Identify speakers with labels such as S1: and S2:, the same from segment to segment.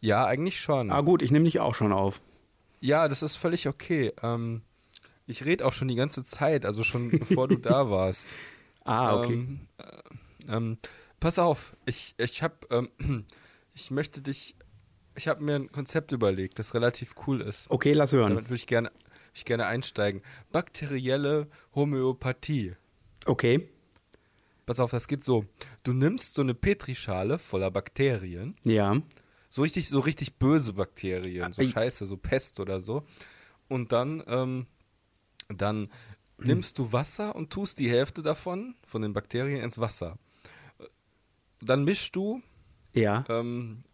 S1: Ja, eigentlich schon.
S2: Ah gut, ich nehme dich auch schon auf.
S1: Ja, das ist völlig okay. Ähm, ich rede auch schon die ganze Zeit, also schon bevor du da warst.
S2: Ah, okay.
S1: Ähm, äh, ähm, pass auf, ich, ich habe, ähm, ich möchte dich, ich habe mir ein Konzept überlegt, das relativ cool ist.
S2: Okay, lass hören.
S1: Damit würde ich gerne, würd ich gerne einsteigen. Bakterielle Homöopathie.
S2: Okay.
S1: Pass auf, das geht so. Du nimmst so eine Petrischale voller Bakterien,
S2: Ja.
S1: so richtig, so richtig böse Bakterien, so
S2: Ei.
S1: Scheiße, so Pest oder so. Und dann, ähm, dann nimmst du Wasser und tust die Hälfte davon, von den Bakterien, ins Wasser. Dann mischst du,
S2: Ja.
S1: ähm,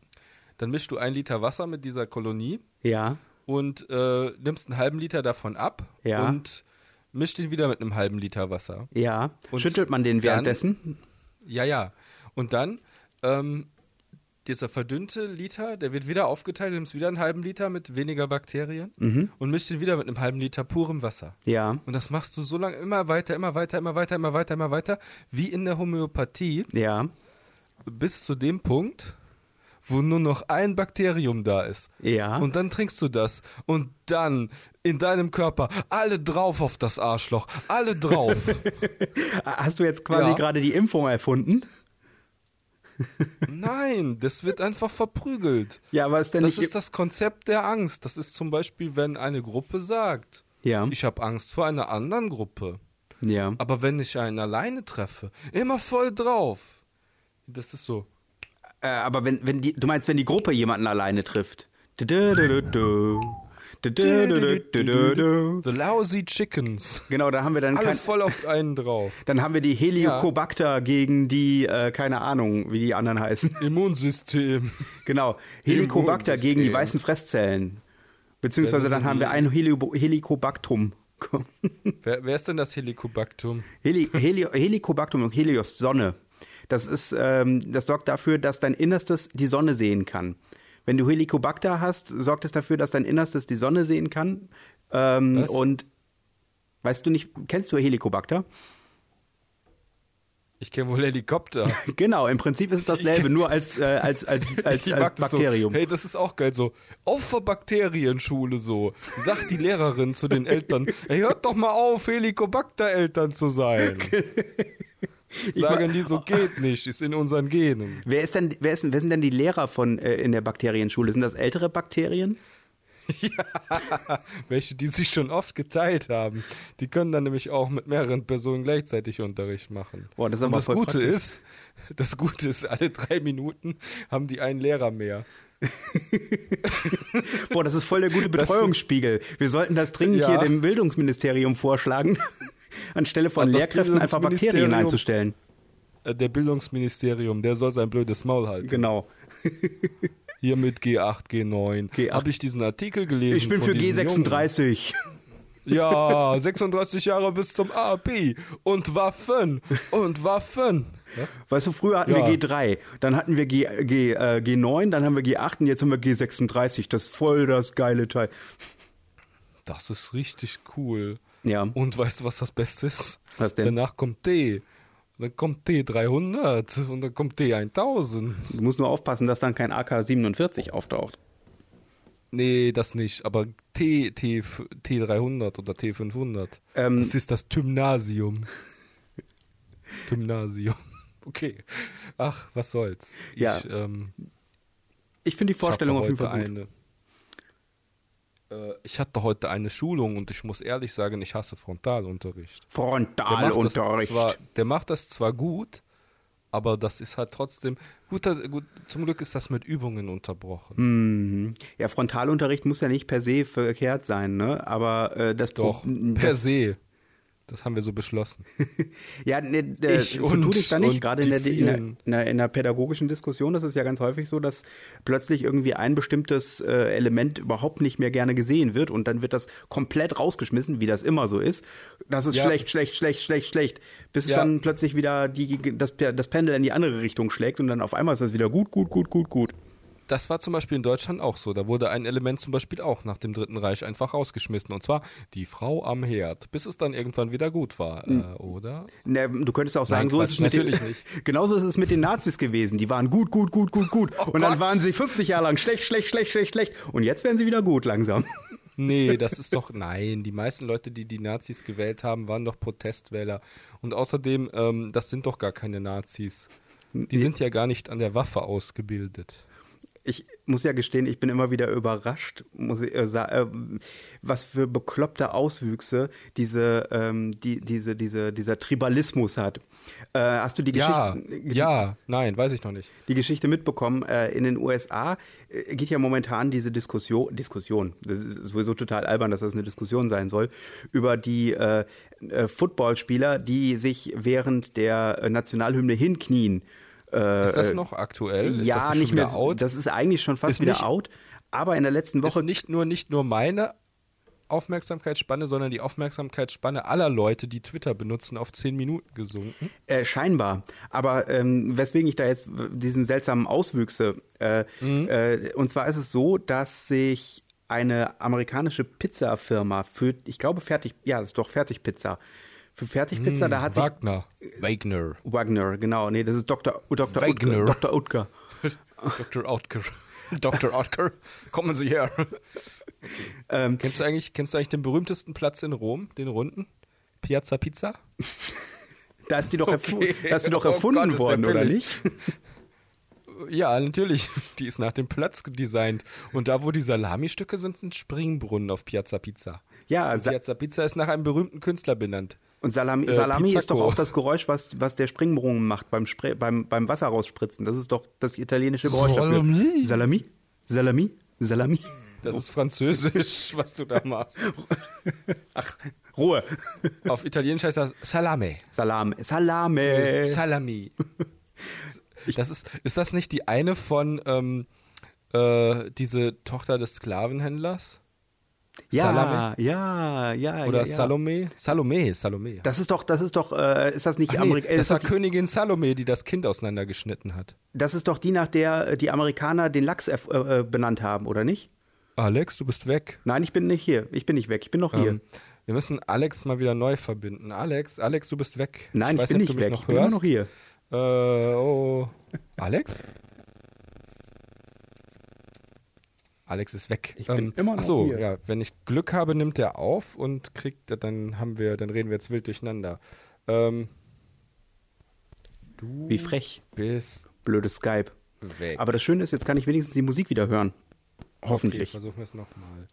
S1: dann mischst du ein Liter Wasser mit dieser Kolonie
S2: Ja.
S1: und äh, nimmst einen halben Liter davon ab
S2: Ja.
S1: und mischt ihn wieder mit einem halben Liter Wasser.
S2: Ja.
S1: Und
S2: Schüttelt man den
S1: dann-
S2: währenddessen?
S1: Ja, ja. Und dann, ähm, dieser verdünnte Liter, der wird wieder aufgeteilt, du nimmst wieder einen halben Liter mit weniger Bakterien und mischt ihn wieder mit einem halben Liter purem Wasser.
S2: Ja.
S1: Und das machst du so lange immer weiter, immer weiter, immer weiter, immer weiter, immer weiter, wie in der Homöopathie,
S2: Ja.
S1: bis zu dem Punkt, wo nur noch ein Bakterium da ist.
S2: Ja.
S1: Und dann trinkst du das. Und dann in deinem Körper alle drauf auf das Arschloch. Alle drauf.
S2: Ah, Hast du jetzt quasi
S1: Ja.
S2: gerade die Impfung erfunden?
S1: Nein, das wird einfach verprügelt.
S2: Ja, aber ist denn
S1: Das
S2: nicht.
S1: ist das Konzept der Angst. Das ist zum Beispiel, wenn eine Gruppe sagt,
S2: Ja.
S1: ich habe Angst vor einer anderen Gruppe.
S2: ja.
S1: Aber wenn ich einen alleine treffe, immer voll drauf. Das ist so.
S2: Äh, aber wenn, wenn die, du meinst, wenn die Gruppe jemanden alleine trifft. Du, du, du, du, du. Du, du, du, du, du, du.
S1: The Lousy Chickens.
S2: Genau, da haben wir dann
S1: Alle
S2: kein,
S1: voll auf einen drauf.
S2: dann haben wir die Heliokobacter gegen die, äh, keine Ahnung, wie die anderen heißen.
S1: Immunsystem.
S2: Genau, Helicobacter
S1: Immunsystem.
S2: gegen die weißen Fresszellen. Beziehungsweise dann haben wir ein Helio Helicobactum.
S1: Wer, wer ist denn das Helicobactum?
S2: Heli Helio Helicobactum und Helios, Sonne. Das, ist, ähm, das sorgt dafür, dass dein Innerstes die Sonne sehen kann. Wenn du Helicobacter hast, sorgt es dafür, dass dein Innerstes die Sonne sehen kann. Ähm,
S1: Was?
S2: und weißt du nicht, kennst du Helicobacter?
S1: Ich kenne wohl Helikopter.
S2: Genau, im Prinzip ist es dasselbe, nur als, äh, als, als, als,
S1: Die
S2: als
S1: mag das
S2: Bakterium.
S1: So. Hey, das ist auch geil so. Auf für Bakterienschule so. Sagt die Lehrerin zu den Eltern, hey, hört doch mal auf, Helicobacter-Eltern zu sein. Sagen die so, geht nicht, ist in unseren Genen.
S2: Wer, ist denn, wer, ist, wer sind denn die Lehrer von, äh, in der Bakterienschule? Sind das ältere Bakterien?
S1: Welche, die sich schon oft geteilt haben, die können dann nämlich auch mit mehreren Personen gleichzeitig Unterricht machen.
S2: Boah, das ist
S1: Und
S2: aber
S1: das
S2: voll
S1: Gute
S2: praktisch.
S1: ist, das Gute ist, alle drei Minuten haben die einen Lehrer mehr.
S2: Boah, das ist voll der gute
S1: Das-
S2: Betreuungsspiegel. Wir sollten das dringend
S1: Ja.
S2: hier dem Bildungsministerium vorschlagen, anstelle von
S1: Hat das
S2: Lehrkräften einfach Bakterien
S1: Bildungsministerium-
S2: einzustellen.
S1: Äh, Der Bildungsministerium, der soll sein blödes Maul halten.
S2: Genau.
S1: Hier mit G8, G9.
S2: G8.
S1: Habe ich diesen Artikel gelesen?
S2: Ich bin
S1: von
S2: für
S1: diesem
S2: G36.
S1: Jungen. Ja, 36 Jahre bis zum AP. Und Waffen. Und Waffen. Was?
S2: Weißt du, früher hatten
S1: Ja.
S2: wir G3, dann hatten wir G, G, äh, G9, dann haben wir G8 und jetzt haben wir G36. Das ist voll das geile Teil.
S1: Das ist richtig cool.
S2: Ja.
S1: Und weißt du, was das Beste ist?
S2: Was denn?
S1: Danach kommt T. Dann kommt T300 und dann kommt T1000.
S2: Du musst nur aufpassen, dass dann kein AK-47 auftaucht.
S1: Nee, das nicht, aber T, T, T300 oder T500.
S2: Ähm.
S1: das ist das Gymnasium. Gymnasium. Okay. Ach, was soll's.
S2: Ja,
S1: Ich, ähm,
S2: Ich finde die Vorstellung
S1: ich
S2: auf
S1: hatte
S2: jeden Fall gut.
S1: heute eine, äh, ich hatte heute eine Schulung und ich muss ehrlich sagen, ich hasse Frontalunterricht. Der macht das
S2: Frontalunterricht.
S1: Zwar, der macht das zwar gut, aber das ist halt trotzdem. Guter, gut, zum Glück ist das mit Übungen unterbrochen.
S2: Hm. Ja, Frontalunterricht muss ja nicht per se verkehrt sein, ne? Aber äh, das Pro-
S1: Doch, per se. Das haben wir so beschlossen.
S2: Ja, ne, der,
S1: Ich
S2: vertu
S1: und-
S2: dich da nicht.
S1: und
S2: Gerade in der,
S1: die
S2: in, der, in,
S1: vielen.
S2: der, in der pädagogischen Diskussion ist es ja ganz häufig so, dass plötzlich irgendwie ein bestimmtes äh, Element überhaupt nicht mehr gerne gesehen wird und dann wird das komplett rausgeschmissen, wie das immer so ist. Das ist
S1: Ja.
S2: schlecht, schlecht, schlecht, schlecht, schlecht. Bis
S1: Ja.
S2: dann plötzlich wieder die, das, das Pendel in die andere Richtung schlägt und dann auf einmal ist das wieder gut, gut, gut, gut, gut.
S1: Das war zum Beispiel in Deutschland auch so. Da wurde ein Element zum Beispiel auch nach dem Dritten Reich einfach rausgeschmissen. Und zwar die Frau am Herd, bis es dann irgendwann wieder gut war,
S2: Hm.
S1: äh, oder?
S2: Na, du könntest auch sagen,
S1: Nein,
S2: so
S1: Quatsch,
S2: ist es mit den,
S1: natürlich nicht.
S2: Genauso ist es mit den Nazis gewesen. Die waren gut, gut, gut, gut, gut. und dann
S1: Oh Gott.
S2: waren sie 50 Jahre lang schlecht, schlecht, schlecht, schlecht, schlecht. Und jetzt werden sie wieder gut langsam.
S1: Nee, das ist doch. Nein, die meisten Leute, die die Nazis gewählt haben, waren doch Protestwähler. Und außerdem, ähm, das sind doch gar keine Nazis. Die sind ja gar nicht an der Waffe ausgebildet.
S2: Ich muss ja gestehen, ich bin immer wieder überrascht, muss ich, äh, sa- äh, was für bekloppte Auswüchse diese, ähm, die, diese, diese, dieser Tribalismus hat. Äh, hast du die
S1: Ja,
S2: Geschichte,
S1: ja, nein, weiß ich noch nicht.
S2: die Geschichte mitbekommen. Äh, in den USA äh, geht ja momentan diese Diskussion, Diskussion, das ist sowieso total albern, dass das eine Diskussion sein soll, über die äh, äh, Footballspieler, die sich während der äh, Nationalhymne hinknien. Äh,
S1: Ist das
S2: äh,
S1: noch aktuell? Ist das
S2: ja,
S1: schon
S2: nicht mehr.
S1: wieder
S2: so-
S1: Out?
S2: Das ist eigentlich schon fast
S1: Ist
S2: wieder
S1: nicht-
S2: out. Aber in der letzten
S1: ist
S2: Woche
S1: nicht nur, nicht nur meine Aufmerksamkeitsspanne, sondern die Aufmerksamkeitsspanne aller Leute, die Twitter benutzen, auf 10 Minuten gesunken.
S2: Äh, scheinbar. Aber ähm, weswegen ich da jetzt w- diesen seltsamen Auswüchse. Äh,
S1: Mhm.
S2: äh, und zwar ist es so, dass sich eine amerikanische Pizzafirma für, ich glaube, fertig, ja, das ist doch Fertigpizza. Für Fertigpizza,
S1: Hm,
S2: da hat sich
S1: Wagner. Wagner.
S2: Wagner, genau, nee, das ist Dr. U- Dr. Utker,
S1: Wagner.
S2: Dr. Utker.
S1: Dr. Oetker. Dr. Oetker, kommen Sie her.
S2: Ähm,
S1: kennst, du eigentlich, kennst du eigentlich den berühmtesten Platz in Rom, den runden? Piazza Pizza?
S2: Da ist die doch, erfu-
S1: Okay.
S2: da ist die doch
S1: Oh
S2: erfunden
S1: Gott, ist der
S2: worden, oder
S1: billig.
S2: nicht?
S1: Ja, natürlich. Die ist nach dem Platz designt. Und da, wo die Salami-Stücke sind, sind Springbrunnen auf Piazza Pizza.
S2: Ja, Sa
S1: Piazza Pizza ist nach einem berühmten Künstler benannt.
S2: und Salami,
S1: Äh,
S2: Salami ist doch
S1: Pizzaco.
S2: auch das Geräusch, was, was der Springbrunnen macht beim, Spre beim, beim Wasser rausspritzen. Das ist doch das italienische Geräusch dafür.
S1: Salami.
S2: Salami, Salami, Salami.
S1: Das ist französisch, was du da machst.
S2: Ach, Ruhe.
S1: Auf Italienisch heißt das Salame.
S2: Salame. Salame.
S1: Salami. Das ist, ist das nicht die eine von ähm, äh, diese Tochter des Sklavenhändlers?
S2: ja,
S1: Salame?
S2: ja, ja.
S1: Oder
S2: ja, ja.
S1: Salome? Salome, Salome.
S2: Das ist doch, das ist doch, äh, ist das nicht
S1: Ach nee,
S2: Amerika?
S1: das
S2: ist
S1: war
S2: das, die,
S1: Königin Salome, die das Kind auseinandergeschnitten hat.
S2: das ist doch die, nach der äh, die Amerikaner den Lachs erf- äh, äh, benannt haben, oder nicht?
S1: Alex, du bist weg.
S2: Nein, ich bin nicht hier. Ich bin nicht weg. Ich bin noch hier.
S1: Ähm, wir müssen Alex mal wieder neu verbinden. Alex, Alex, du bist weg.
S2: Nein, ich,
S1: weiß
S2: bin
S1: nicht, ob
S2: nicht
S1: du mich
S2: weg.
S1: Noch
S2: Ich bin immer
S1: hörst.
S2: noch hier.
S1: Äh, oh. Alex? Alex ist weg. Ähm,
S2: Ich bin immer noch
S1: ach so,
S2: hier.
S1: ja, wenn ich Glück habe, nimmt er auf und kriegt, dann haben wir, dann reden wir jetzt wild durcheinander. Ähm, du
S2: Wie frech.
S1: bist
S2: Blödes Skype.
S1: weg.
S2: Aber das Schöne ist, jetzt kann ich wenigstens die Musik wieder hören.
S1: okay,
S2: Hoffentlich.
S1: versuchen wir es nochmal.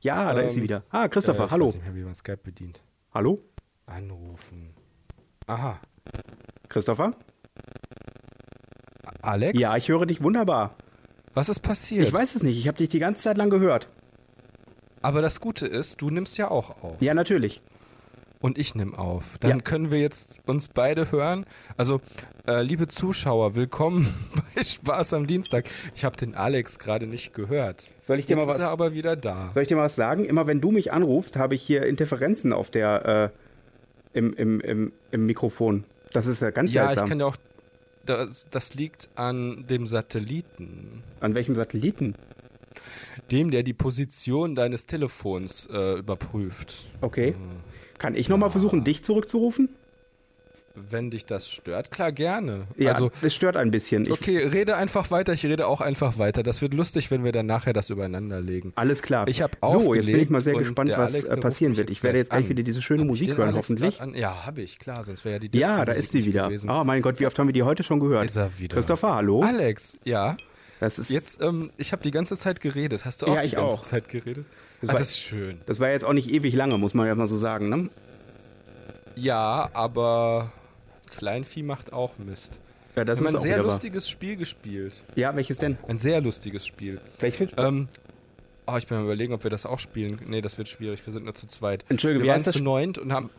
S2: Ja, da ist sie
S1: Ähm,
S2: wieder. Ah, Christopher,
S1: ich
S2: hallo.
S1: Weiß nicht mehr, wie man Skype bedient.
S2: Hallo?
S1: Anrufen. Aha.
S2: Christopher?
S1: Alex?
S2: Ja, ich höre dich wunderbar.
S1: Was ist passiert?
S2: Ich weiß es nicht. Ich habe dich die ganze Zeit lang gehört.
S1: Aber das Gute ist, du nimmst ja auch auf.
S2: Ja, natürlich.
S1: Und ich nehme auf. Dann
S2: Ja.
S1: können wir jetzt uns beide hören. Also, äh, liebe Zuschauer, willkommen bei Spaß am Dienstag. Ich habe den Alex gerade nicht gehört.
S2: Soll ich dir
S1: jetzt
S2: mal was-
S1: ist er aber wieder da.
S2: Soll ich dir mal was sagen? Immer wenn du mich anrufst, habe ich hier Interferenzen auf der äh, im, im, im, im Mikrofon. Das ist ja ganz
S1: Ja, ich
S2: seltsam.
S1: kann ja auch. Das, das liegt an dem Satelliten,
S2: An welchem Satelliten?
S1: dem, der die Position deines Telefons äh, überprüft.
S2: Okay. Kann ich nochmal
S1: Ah.
S2: versuchen, dich zurückzurufen?
S1: Wenn dich das stört, klar gerne.
S2: Ja,
S1: also,
S2: es stört ein bisschen. Ich,
S1: okay, rede einfach weiter, ich rede auch einfach weiter. Das wird lustig, wenn wir dann nachher das übereinander legen.
S2: Alles klar.
S1: Ich hab
S2: so, jetzt bin ich
S1: aufgelegt
S2: mal sehr
S1: und
S2: gespannt,
S1: der
S2: was
S1: Alex,
S2: äh,
S1: der
S2: passieren
S1: ruft mich
S2: wird.
S1: jetzt
S2: Ich werde jetzt gleich
S1: an.
S2: wieder diese schöne
S1: Hab ich
S2: Musik
S1: den
S2: hören,
S1: Alex
S2: hoffentlich.
S1: grad an? Ja, habe ich, klar, sonst wäre ja die
S2: Ja, da
S1: Disco-Musik
S2: ist sie
S1: nicht
S2: wieder.
S1: gewesen.
S2: Oh mein Gott, wie oft haben wir die heute schon gehört?
S1: Ist er wieder.
S2: Christopher, hallo?
S1: Alex, ja.
S2: Das ist
S1: Jetzt, ähm, ich habe die ganze Zeit geredet. Hast du auch
S2: Ja,
S1: die
S2: ich
S1: ganze
S2: auch.
S1: Zeit geredet?
S2: Das
S1: ah,
S2: war-
S1: das ist schön.
S2: Das war jetzt auch nicht ewig lange, muss man ja mal so sagen, ne?
S1: Ja, aber Kleinvieh macht auch Mist.
S2: Ja, das
S1: Wir haben
S2: ist
S1: ein
S2: auch
S1: sehr
S2: wieder wahr.
S1: lustiges Spiel gespielt.
S2: Ja, welches denn?
S1: Ein sehr lustiges Spiel.
S2: Welches?
S1: Ähm, oh, ich bin am überlegen, ob wir das auch spielen. Nee, das wird schwierig. Wir sind nur zu zweit.
S2: Entschuldige, wie
S1: wir waren
S2: heißt das
S1: zu
S2: Sp-
S1: neunt und haben.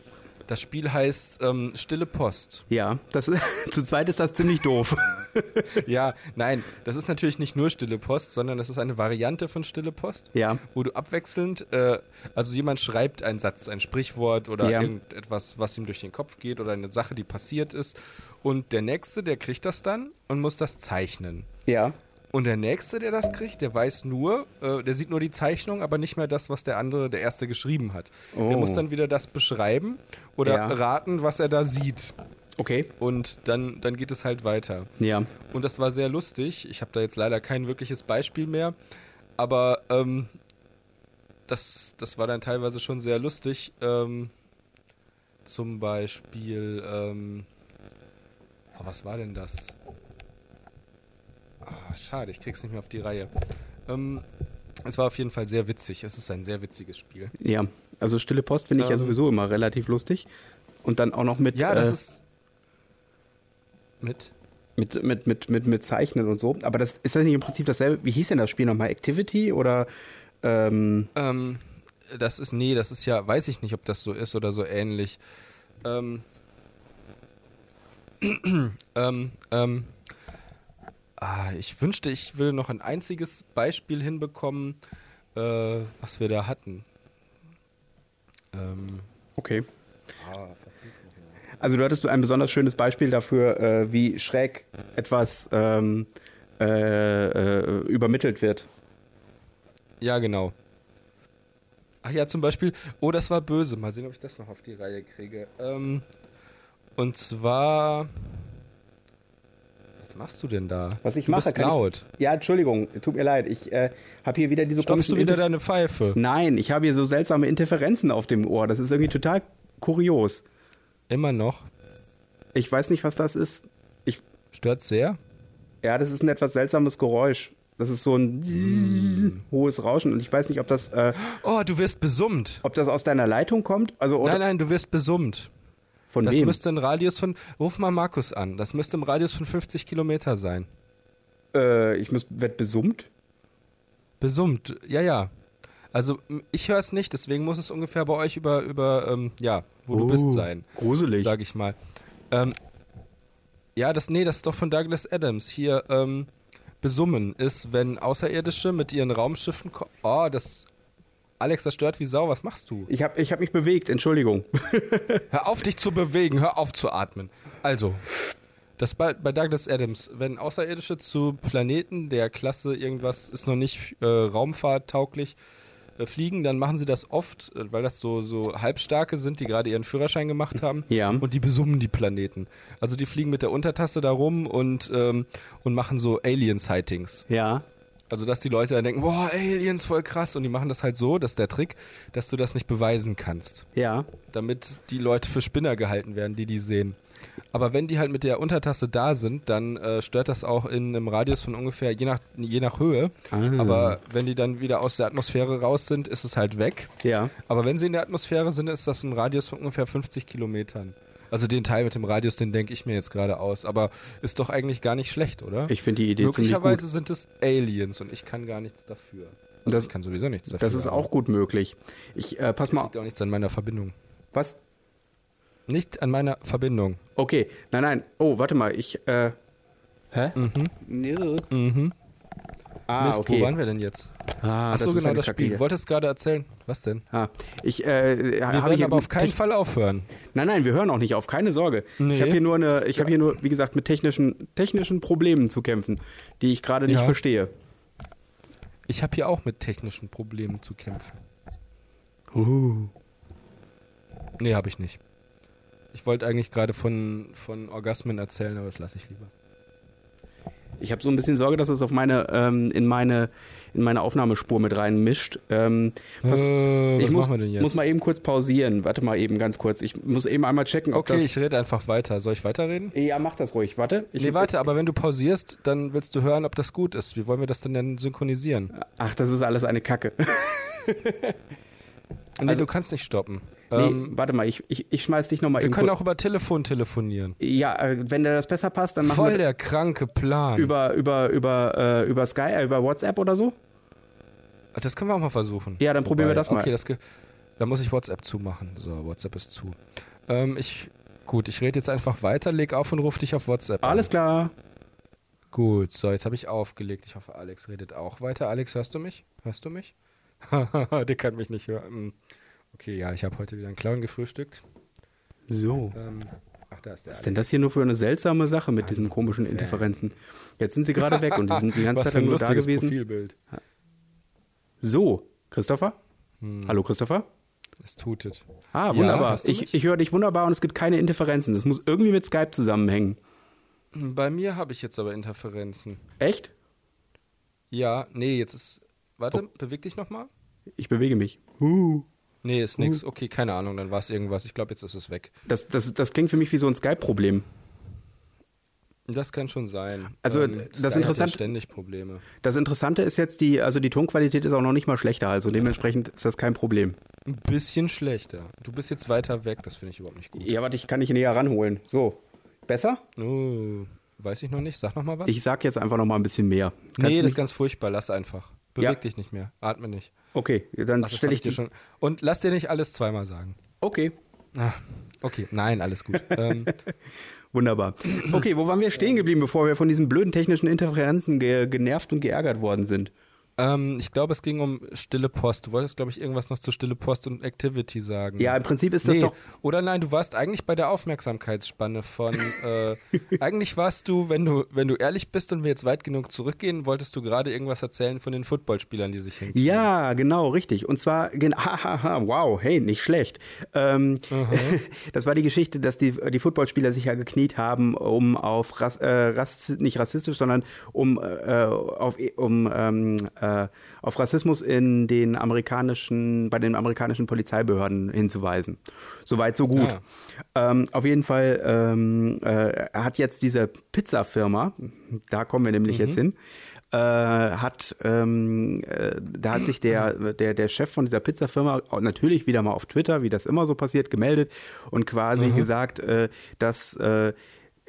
S1: Das Spiel heißt ähm, Stille Post.
S2: Ja, das ist, zu zweit ist das ziemlich doof.
S1: Ja, nein, das ist natürlich nicht nur Stille Post, sondern das ist eine Variante von Stille Post,
S2: Ja.
S1: wo du abwechselnd, äh, also jemand schreibt einen Satz, ein Sprichwort oder
S2: Ja.
S1: irgendetwas, was ihm durch den Kopf geht oder eine Sache, die passiert ist. Und der Nächste, der kriegt das dann und muss das zeichnen.
S2: Ja.
S1: Und der Nächste, der das kriegt, der weiß nur, äh, der sieht nur die Zeichnung, aber nicht mehr das, was der andere, der Erste geschrieben hat. Der
S2: Oh.
S1: muss dann wieder das beschreiben oder
S2: Ja.
S1: raten, was er da sieht.
S2: Okay.
S1: Und dann, dann geht es halt weiter.
S2: Ja.
S1: Und das war sehr lustig. Ich habe da jetzt leider kein wirkliches Beispiel mehr. Aber ähm, das, das war dann teilweise schon sehr lustig. Ähm, zum Beispiel, ähm, oh, was war denn das? Ah, schade, ich krieg's nicht mehr auf die Reihe. Ähm, es war auf jeden Fall sehr witzig. Es ist ein sehr witziges Spiel.
S2: Ja. Also Stille Post finde ich ja
S1: Ähm.
S2: sowieso immer relativ lustig. Und dann auch noch mit,
S1: Ja, das
S2: äh,
S1: ist. Mit?
S2: mit, mit, mit, mit, mit Zeichnen und so. Aber das ist das nicht im Prinzip dasselbe. Wie hieß denn das Spiel nochmal? Activity oder ähm,
S1: Ähm, das ist, nee, das ist ja, weiß ich nicht, ob das so ist oder so ähnlich. Ähm, ähm, ähm, ah, ich wünschte, ich würde noch ein einziges Beispiel hinbekommen, äh, was wir da hatten. Ähm,
S2: Okay. Also du hattest ein besonders schönes Beispiel dafür, äh, wie schräg etwas ähm, äh, äh, übermittelt wird.
S1: ja, genau. Ach ja, zum Beispiel, oh, das war böse. Mal sehen, ob ich das noch auf die Reihe kriege. Ähm, und zwar, was machst du denn da?
S2: Was ich
S1: du
S2: mache,
S1: bist
S2: kann ich-
S1: laut.
S2: Ja, Entschuldigung, tut mir leid. Ich äh, habe hier wieder diese
S1: Klopfst du
S2: komischen
S1: wieder
S2: Interf-
S1: deine Pfeife?
S2: Nein, ich habe hier so seltsame Interferenzen auf dem Ohr. Das ist irgendwie total kurios.
S1: Immer noch.
S2: Ich weiß nicht, was das ist. Ich,
S1: Stört sehr.
S2: ja, das ist ein etwas seltsames Geräusch. Das ist so ein
S1: Mm.
S2: hohes Rauschen und ich weiß nicht, ob das, äh,
S1: Oh, du wirst besummt.
S2: ob das aus deiner Leitung kommt. Also oder
S1: Nein, nein, du wirst besummt.
S2: von
S1: Das
S2: wem?
S1: müsste ein Radius von. Ruf mal Markus an. Das müsste im Radius von 50 Kilometer sein.
S2: äh, ich muss, werd besummt.
S1: Besummt, ja, ja. Also m- ich höre es nicht, deswegen muss es ungefähr bei euch über, über ähm, ja, wo du bist sein,
S2: Oh, Gruselig.
S1: sage ich mal. Ähm, ja, das, nee, das ist doch von Douglas Adams. Hier, ähm, besummen ist, wenn Außerirdische mit ihren Raumschiffen ko- Oh, das. Alex, das stört wie Sau, was machst du?
S2: Ich habe ich hab mich bewegt, Entschuldigung.
S1: Hör auf, dich zu bewegen, hör auf zu atmen. Also, das bei, bei Douglas Adams, wenn Außerirdische zu Planeten der Klasse irgendwas ist noch nicht äh, raumfahrttauglich äh, fliegen, dann machen sie das oft, äh, weil das so, so halbstarke sind, die gerade ihren Führerschein gemacht haben.
S2: Ja.
S1: Und die besummen die Planeten. Also die fliegen mit der Untertasse da rum und, ähm, und machen so Alien-Sightings.
S2: Ja.
S1: Also, dass die Leute dann denken, boah, Aliens, voll krass. Und die machen das halt so, das ist der Trick, dass du das nicht beweisen kannst
S2: Ja.
S1: damit die Leute für Spinner gehalten werden, die die sehen. Aber wenn die halt mit der Untertasse da sind, dann äh, stört das auch in einem Radius von ungefähr je nach, je nach Höhe.
S2: Ah.
S1: Aber wenn die dann wieder aus der Atmosphäre raus sind, ist es halt weg.
S2: Ja.
S1: Aber wenn sie in der Atmosphäre sind, ist das ein Radius von ungefähr 50 Kilometern. Also den Teil mit dem Radius, den denke ich mir jetzt gerade aus. Aber ist doch eigentlich gar nicht schlecht, oder?
S2: Ich finde die Idee ziemlich
S1: Möglicherweise
S2: gut.
S1: sind es Aliens und ich kann gar nichts dafür. Also
S2: Und das-
S1: ich kann sowieso nichts dafür.
S2: Das ist
S1: aber
S2: auch gut möglich. Ich, äh, pass mal.
S1: liegt auch nichts an meiner Verbindung.
S2: Was?
S1: Nicht an meiner Verbindung.
S2: Okay. Nein, nein. Oh, warte mal. Ich, äh. Hä? Mhm. Mhm. Ah,
S1: Mist,
S2: okay.
S1: wo waren wir denn jetzt?
S2: Ah,
S1: Ach so,
S2: das ist
S1: genau,
S2: eine
S1: das
S2: Kacke
S1: Spiel.
S2: hier.
S1: Wolltest gerade erzählen. Was denn?
S2: Ah, ich, äh,
S1: Wir
S2: habe
S1: werden
S2: hier
S1: aber auf
S2: mit
S1: keinen
S2: Techn-
S1: Fall aufhören.
S2: Nein, nein, wir hören auch nicht auf, keine Sorge.
S1: Nee.
S2: Ich habe hier nur eine, ich habe hier nur, wie gesagt, mit technischen, technischen Problemen zu kämpfen, die ich gerade nicht
S1: Ja.
S2: verstehe.
S1: Ich habe hier auch mit technischen Problemen zu kämpfen.
S2: Uh.
S1: Nee, habe ich nicht. Ich wollte eigentlich gerade von, von Orgasmen erzählen, aber das lasse ich lieber.
S2: Ich habe so ein bisschen Sorge, dass es auf meine, ähm, in meine, in meine Aufnahmespur mit reinmischt. Ähm, pass,
S1: äh, was
S2: ich muss,
S1: machen wir denn jetzt?
S2: muss mal eben kurz pausieren. Warte mal eben ganz kurz. Ich muss eben einmal checken, ob
S1: okay,
S2: das.
S1: ich rede einfach weiter. Soll ich weiterreden?
S2: ja, mach das ruhig. Warte. Ich,
S1: nee, warte, aber wenn du pausierst, dann willst du hören, ob das gut ist. Wie wollen wir das denn dann synchronisieren?
S2: Ach, das ist alles eine Kacke.
S1: Nee,
S2: Also-
S1: du kannst nicht stoppen.
S2: nee,
S1: ähm,
S2: warte mal, ich, ich, ich schmeiß dich nochmal
S1: wir
S2: eben
S1: können
S2: kurz.
S1: auch über Telefon telefonieren.
S2: Ja, äh, wenn dir das besser passt, dann machen wir
S1: Voll der kranke Plan.
S2: über über über äh, über Sky, äh, über WhatsApp oder so?
S1: Ach, Das können wir auch mal versuchen.
S2: Ja, dann probieren wir das mal.
S1: Okay, das ge- dann muss ich WhatsApp zumachen. So, WhatsApp ist zu. Ähm, ich, gut, ich rede jetzt einfach weiter, leg auf und ruf dich auf WhatsApp.
S2: Alles klar.
S1: An. Gut, so, jetzt habe ich aufgelegt. Ich hoffe, Alex redet auch weiter. Alex, hörst du mich? Hörst du mich? Der kann mich Hm. nicht hören. Okay, ja, ich habe heute wieder einen Clown gefrühstückt.
S2: So.
S1: Ähm, ah, Ach, da ist der
S2: Was ist denn das hier nur für eine seltsame Sache mit diesen komischen Interferenzen? Jetzt sind sie gerade weg und die sind die ganze
S1: Was
S2: Zeit
S1: für ein
S2: nur da
S1: lustiges
S2: gewesen.
S1: Profilbild.
S2: So, Christopher? Hallo Christopher?
S1: Es tutet.
S2: Ah,
S1: Ja,
S2: wunderbar.
S1: hast du mich?
S2: ich ich höre dich wunderbar und es gibt keine Interferenzen. Das muss irgendwie mit Skype zusammenhängen.
S1: Hm, Bei mir habe ich jetzt aber Interferenzen.
S2: Echt?
S1: Ja, nee, jetzt ist. Warte, beweg dich nochmal.
S2: Ich bewege mich.
S1: Nee, ist nix.
S2: Mhm.
S1: Okay, keine Ahnung, dann war es irgendwas. Ich glaube, jetzt ist es weg.
S2: Das, das, das klingt für mich wie so ein Skype-Problem.
S1: Das kann schon sein.
S2: Also, das
S1: Sky hat ja
S2: Interessante-
S1: ständig Probleme.
S2: Das Interessante ist jetzt, die, also die Tonqualität ist auch noch nicht mal schlechter, also dementsprechend ist das kein Problem.
S1: Ein bisschen schlechter. Du bist jetzt weiter weg, das finde ich überhaupt nicht gut.
S2: Ja, warte, ich kann dich näher ranholen. So. Besser?
S1: Oh, weiß ich noch nicht. Sag nochmal was.
S2: Ich sag jetzt einfach noch mal ein bisschen mehr.
S1: nee,
S2: du
S1: das
S2: mich-
S1: ist ganz furchtbar. Lass einfach. Beweg
S2: Ja.
S1: dich nicht mehr. Atme nicht.
S2: okay, dann
S1: Ach, das
S2: stelle
S1: hab
S2: ich dir schon.
S1: schon. Und lass dir nicht alles zweimal sagen.
S2: Okay,
S1: Ah, okay, nein, alles gut. ähm,
S2: wunderbar. Okay, wo waren wir stehen geblieben, bevor wir von diesen blöden technischen Interferenzen ge genervt und geärgert worden sind?
S1: ähm, ich glaube, es ging um Stille Post. Du wolltest, glaube ich, irgendwas noch zu Stille Post und Activity sagen.
S2: Ja, im Prinzip ist das
S1: nee.
S2: doch.
S1: Oder nein, du warst eigentlich bei der Aufmerksamkeitsspanne von. Äh, eigentlich warst du, wenn du, wenn du ehrlich bist und wir jetzt weit genug zurückgehen, wolltest du gerade irgendwas erzählen von den Footballspielern, die sich hinken.
S2: Ja, genau, richtig. Und zwar, gen- ha, ha, ha, wow, hey, nicht schlecht. Ähm, das war die Geschichte, dass die, die Footballspieler sich ja gekniet haben, um auf, Rass, äh, Rass, nicht rassistisch, sondern um, äh, auf, um ähm, äh, auf Rassismus in den amerikanischen, bei den amerikanischen Polizeibehörden hinzuweisen. Soweit, so gut.
S1: Ah.
S2: Ähm, auf jeden Fall ähm, äh, hat jetzt diese Pizzafirma, da kommen wir nämlich jetzt hin, äh, hat, ähm, äh, da hat sich der, der, der Chef von dieser Pizzafirma auch natürlich wieder mal auf Twitter, wie das immer so passiert, gemeldet und quasi
S1: Mhm.
S2: gesagt, äh, dass äh,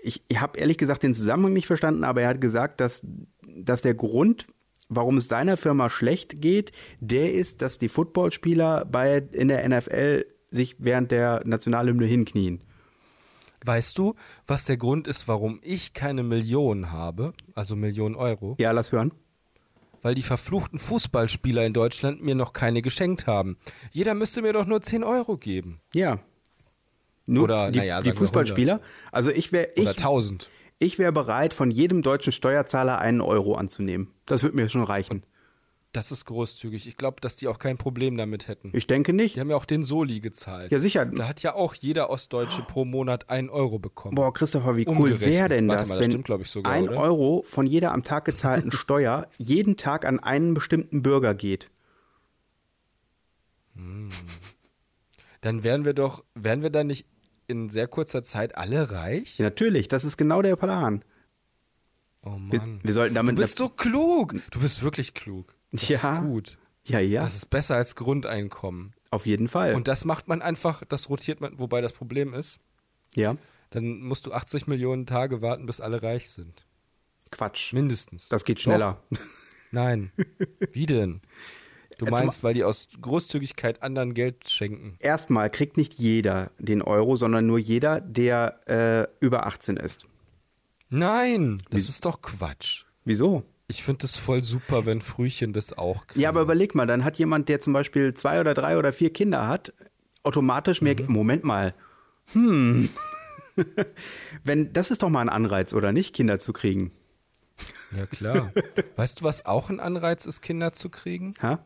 S2: ich, ich habe ehrlich gesagt den Zusammenhang nicht verstanden, aber er hat gesagt, dass, dass der Grund, warum es seiner Firma schlecht geht, der ist, dass die Footballspieler bei, in der NFL sich während der Nationalhymne hinknien.
S1: Weißt du, was der Grund ist, warum ich keine Millionen habe, also Millionen Euro?
S2: Ja, lass hören.
S1: Weil die verfluchten Fußballspieler in Deutschland mir noch keine geschenkt haben. Jeder müsste mir doch nur 10 Euro geben.
S2: Ja. Nur
S1: Oder,
S2: die,
S1: na ja, sagen
S2: die
S1: wir
S2: Fußballspieler. Also ich wäre
S1: Oder
S2: ich,
S1: 1000.
S2: ich wär bereit, von jedem deutschen Steuerzahler einen Euro anzunehmen. Das würde mir schon reichen.
S1: Das ist großzügig. Ich glaube, dass die auch kein Problem damit hätten.
S2: Ich denke nicht.
S1: Die haben ja auch den Soli gezahlt.
S2: Ja, sicher.
S1: Da hat ja auch jeder Ostdeutsche pro Monat einen Euro bekommen.
S2: Boah, Christopher, wie cool
S1: Umgerechnet.
S2: wäre denn
S1: Warte
S2: das,
S1: mal, das
S2: wenn
S1: stimmt, glaub ich, sogar,
S2: ein
S1: oder?
S2: Euro von jeder am Tag gezahlten Steuer jeden Tag an einen bestimmten Bürger geht?
S1: Dann wären wir doch, wären wir dann nicht in sehr kurzer Zeit alle reich?
S2: Ja, natürlich, das ist genau der Plan.
S1: Oh
S2: Wir,
S1: Mann.
S2: wir sollten damit
S1: Du bist so klug. Du bist wirklich klug. Das
S2: Ja.
S1: ist gut.
S2: ja, ja, Äh.
S1: Das ist besser als Grundeinkommen.
S2: auf jeden Fall.
S1: Und das macht man einfach, das rotiert man, wobei das Problem ist,
S2: ja,
S1: dann musst du 80 Millionen Tage warten, bis alle reich sind.
S2: Quatsch.
S1: Mindestens.
S2: Das geht
S1: Doch.
S2: schneller.
S1: Nein. Wie denn? Du
S2: Jetzt
S1: meinst, weil die aus Großzügigkeit anderen Geld schenken.
S2: Erstmal kriegt nicht jeder den Euro, sondern nur jeder, der äh, über 18 ist.
S1: Nein, das ist doch Quatsch.
S2: Wieso?
S1: Ich finde es voll super, wenn Frühchen das auch kriegen.
S2: Ja, aber überleg mal, dann hat jemand, der zum Beispiel zwei oder drei oder vier Kinder hat, automatisch mehr. Ge- Moment mal. Hm. Wenn, das ist doch mal ein Anreiz, oder nicht, Kinder zu kriegen.
S1: Ja, klar. weißt du, was auch ein Anreiz ist, Kinder zu kriegen?
S2: Ha?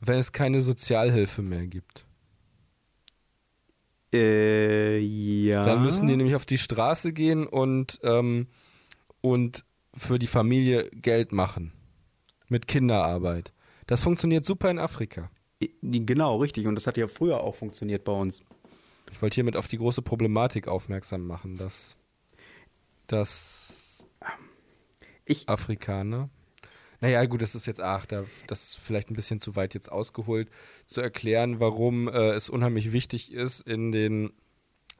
S1: Wenn es keine Sozialhilfe mehr gibt.
S2: Äh, ja.
S1: Dann müssen die nämlich auf die Straße gehen und, ähm, und für die Familie Geld machen. Mit Kinderarbeit. Das funktioniert super in Afrika.
S2: Genau, richtig. Und das hat ja früher auch funktioniert bei uns.
S1: Ich wollte hiermit auf die große Problematik aufmerksam machen, dass, dass
S2: Ich-
S1: Afrikaner. Naja, gut, das ist jetzt, ach, da, das ist vielleicht ein bisschen zu weit jetzt ausgeholt, zu erklären, warum äh, es unheimlich wichtig ist, in den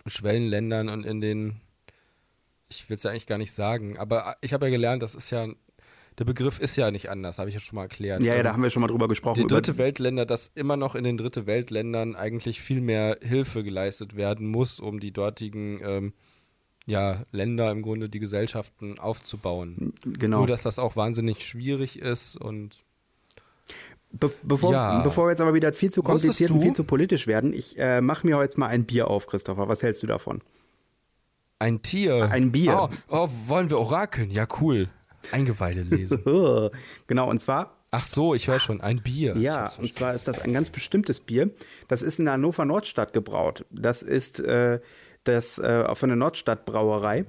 S1: Schwellenländern und in den, ich will es ja eigentlich gar nicht sagen, aber äh, ich habe ja gelernt, das ist ja, der Begriff ist ja nicht anders, habe ich ja schon mal erklärt.
S2: Ja, ja,
S1: Ähm,
S2: da haben wir schon mal drüber gesprochen.
S1: die
S2: über-
S1: dritte Weltländer, dass immer noch in den dritte Weltländern eigentlich viel mehr Hilfe geleistet werden muss, um die dortigen ähm, ja, Länder im Grunde die Gesellschaften aufzubauen.
S2: genau.
S1: Nur, dass das auch wahnsinnig schwierig ist und
S2: Be bevor,
S1: Ja.
S2: bevor wir jetzt aber wieder viel zu
S1: Wusstest
S2: kompliziert und
S1: du-
S2: viel zu politisch werden, ich äh, mache mir jetzt mal ein Bier auf, Christopher. Was hältst du davon?
S1: Ein Tier.
S2: Ein Bier.
S1: Oh, oh, wollen wir orakeln? Ja, cool. Eingeweide lesen.
S2: genau, und zwar
S1: Ach so, ich höre schon, ein Bier.
S2: Ja, und zwar ist das ein ganz bestimmtes Bier. Das ist in der Hannover Nordstadt gebraut. Das ist äh, das äh, von der Nordstadtbrauerei.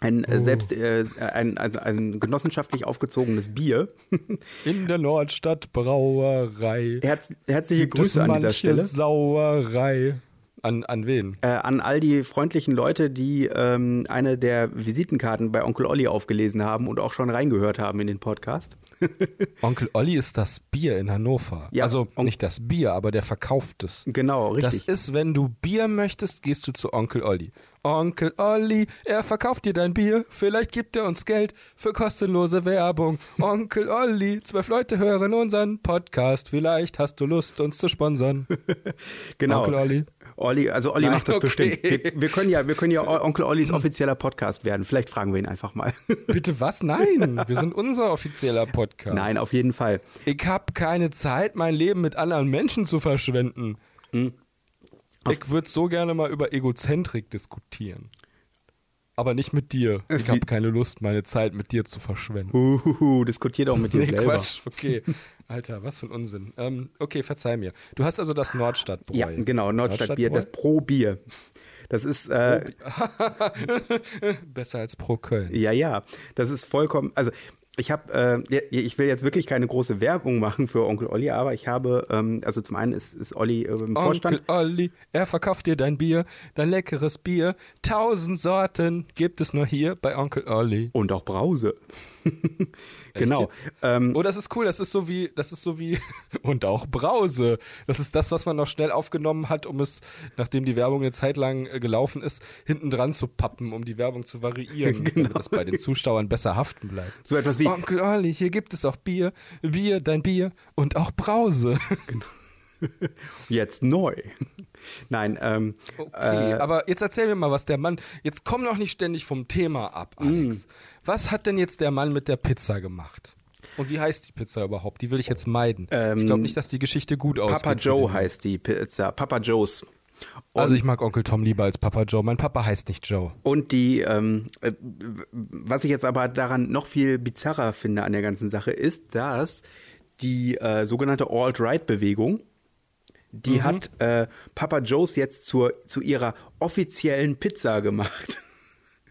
S2: Ein, äh,
S1: Oh.
S2: selbst, äh, ein, ein, ein genossenschaftlich aufgezogenes Bier.
S1: In der Nordstadt Brauerei.
S2: Herz, herzliche
S1: Gibt es
S2: Grüße an dieser
S1: manche
S2: Stelle
S1: Sauerei. An, an wen?
S2: äh, an all die freundlichen Leute, die ähm, eine der Visitenkarten bei Onkel Olli aufgelesen haben und auch schon reingehört haben in den Podcast.
S1: Onkel Olli ist das Bier in Hannover.
S2: Ja,
S1: also
S2: Onk-
S1: nicht das Bier, aber der verkauft es.
S2: Genau, richtig.
S1: Das ist, wenn du Bier möchtest, gehst du zu Onkel Olli. Onkel Olli, er verkauft dir dein Bier. Vielleicht gibt er uns Geld für kostenlose Werbung. Onkel Olli, zwölf Leute hören unseren Podcast. Vielleicht hast du Lust, uns zu sponsern.
S2: Genau.
S1: Onkel Olli.
S2: Olli, also Olli
S1: Nein,
S2: macht das
S1: okay.
S2: bestimmt. Wir, wir können ja, wir können ja O- Onkel Ollis offizieller Podcast werden. Vielleicht fragen wir ihn einfach mal.
S1: Bitte was? Nein, wir sind unser offizieller Podcast.
S2: Nein, auf jeden Fall.
S1: Ich habe keine Zeit, mein Leben mit anderen Menschen zu verschwenden.
S2: Hm.
S1: Ich würde so gerne mal über Egozentrik diskutieren. Aber nicht mit dir. Ich habe
S2: Äh, Wie-
S1: keine Lust, meine Zeit mit dir zu verschwenden.
S2: Uhuhu, diskutier doch mit dir
S1: Nee,
S2: selber.
S1: Quatsch. Okay. Alter, was für ein Unsinn. Ähm, okay, verzeih mir. Du hast also das Nordstadtbräu.
S2: Ja, genau, Nordstadtbier, das Pro-Bier. Das ist, äh,
S1: Besser als Pro Köln.
S2: ja, ja, das ist vollkommen, also ich habe, äh, ja, ich will jetzt wirklich keine große Werbung machen für Onkel Olli, aber ich habe, ähm, also zum einen ist, ist Olli äh, im Vorstand.
S1: Onkel Olli, er verkauft dir dein Bier, dein leckeres Bier. Tausend Sorten gibt es nur hier bei Onkel Olli.
S2: Und auch Brause. genau. Ähm,
S1: Oh, das ist cool. Das ist so wie, das ist so wie und auch Brause. Das ist das, was man noch schnell aufgenommen hat, um es, nachdem die Werbung eine Zeit lang äh, gelaufen ist, hinten dran zu pappen, um die Werbung zu variieren, damit das bei den Zuschauern besser haften bleibt.
S2: so etwas wie,
S1: Onkel Olli, hier gibt es auch Bier, Bier, dein Bier und auch Brause.
S2: jetzt neu. Nein, ähm,
S1: Okay, aber jetzt erzähl mir mal, was der Mann. Jetzt komm doch nicht ständig vom Thema ab,
S2: Mhm.
S1: Alex. Was hat denn jetzt der Mann mit der Pizza gemacht? Und wie heißt die Pizza überhaupt? Die will ich jetzt meiden. ich glaube nicht, dass die Geschichte gut ausgeht.
S2: Ähm, Papa Joe heißt die Pizza. Papa Joe's. Und,
S1: Also ich mag Onkel Tom lieber als Papa Joe. Mein Papa heißt nicht Joe.
S2: und die, ähm, äh, was ich jetzt aber daran noch viel bizarrer finde an der ganzen Sache, ist, dass die äh, sogenannte Alt-Right-Bewegung,
S1: Mhm.
S2: die hat äh, Papa Joe's jetzt zur, zu ihrer offiziellen Pizza gemacht.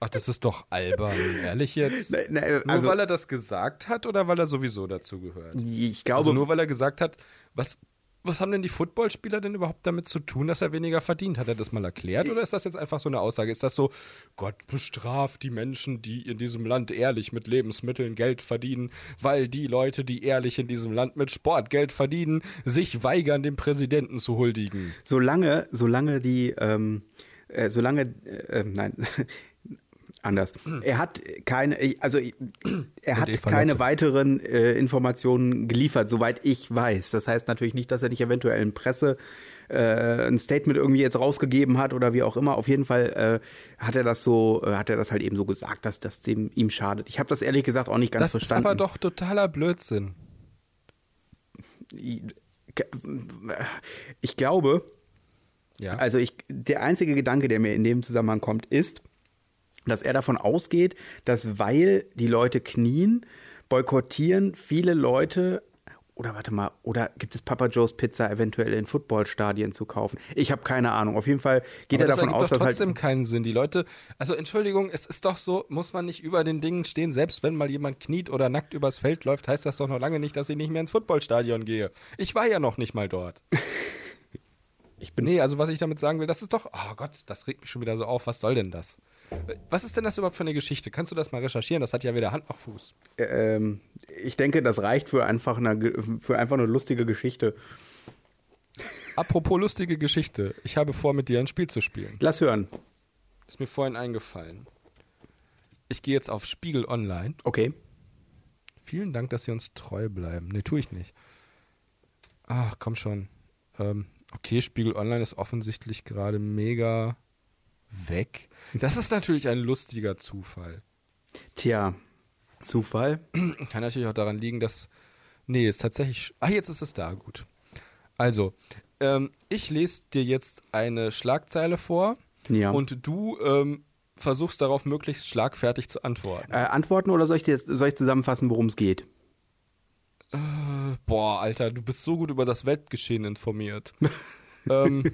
S1: Ach, das ist doch albern, ehrlich jetzt.
S2: Ne- ne,
S1: Nur
S2: also
S1: weil er das gesagt hat oder weil er sowieso dazu gehört?
S2: ich
S1: Also
S2: glaube,
S1: nur weil er gesagt hat, was, was haben denn die Footballspieler denn überhaupt damit zu tun, dass er weniger verdient? Hat er das mal erklärt oder ist das jetzt einfach so eine Aussage? Ist das so, Gott bestraft die Menschen, die in diesem Land ehrlich mit Lebensmitteln Geld verdienen, weil die Leute, die ehrlich in diesem Land mit Sport Geld verdienen, sich weigern, dem Präsidenten zu huldigen?
S2: solange, solange die, ähm, äh, solange, äh, äh, nein, anders. Er hat keine, ich- also ich- er hat
S1: Hm. Eva
S2: keine
S1: Lotte.
S2: weiteren äh, Informationen geliefert, soweit ich weiß. Das heißt natürlich nicht, dass er nicht eventuell in Presse äh, ein Statement irgendwie jetzt rausgegeben hat oder wie auch immer. Auf jeden Fall äh, hat er das so, äh, hat er das halt eben so gesagt, dass das dem ihm schadet. Ich habe das ehrlich gesagt auch nicht ganz
S1: Das ist
S2: verstanden.
S1: aber doch totaler Blödsinn.
S2: ich glaube,
S1: Ja.
S2: Also ich, der einzige Gedanke, der mir in dem Zusammenhang kommt, ist, dass er davon ausgeht, dass weil die Leute knien, boykottieren viele Leute oder warte mal, oder gibt es Papa Joe's Pizza eventuell in Footballstadien zu kaufen? Ich habe keine Ahnung. Auf jeden Fall geht
S1: Aber
S2: er davon
S1: ergibt
S2: aus,
S1: doch
S2: dass halt
S1: trotzdem keinen Sinn. Die Leute, also Entschuldigung, es ist doch so, muss man nicht über den Dingen stehen. Selbst wenn mal jemand kniet oder nackt übers Feld läuft, heißt das doch noch lange nicht, dass ich nicht mehr ins Footballstadion gehe. Ich war ja noch nicht mal dort.
S2: ich bin
S1: Nee, also was ich damit sagen will, das ist doch, oh Gott, das regt mich schon wieder so auf. Was soll denn das? Was ist denn das überhaupt für eine Geschichte? Kannst du das mal recherchieren? Das hat ja weder Hand noch Fuß.
S2: ähm, ich denke, das reicht für einfach eine ge- für einfach eine lustige Geschichte.
S1: Apropos lustige Geschichte. Ich habe vor, mit dir ein Spiel zu spielen.
S2: Lass hören.
S1: Ist mir vorhin eingefallen. Ich gehe jetzt auf Spiegel Online
S2: Okay.
S1: Vielen Dank, dass Sie uns treu bleiben. Nee, tue ich nicht. Ach, komm schon. Ähm, okay, Spiegel Online ist offensichtlich gerade mega weg. Das ist natürlich ein lustiger Zufall.
S2: Tja, Zufall.
S1: Kann natürlich auch daran liegen, dass. Nee, ist tatsächlich. Ah, jetzt ist es da, gut. Also, ähm, ich lese dir jetzt eine Schlagzeile vor
S2: Ja.
S1: und du ähm, versuchst darauf möglichst schlagfertig zu antworten.
S2: Äh, antworten oder soll ich, dir jetzt, soll ich zusammenfassen, worum es geht?
S1: Boah, Alter, du bist so gut über das Weltgeschehen informiert. ähm,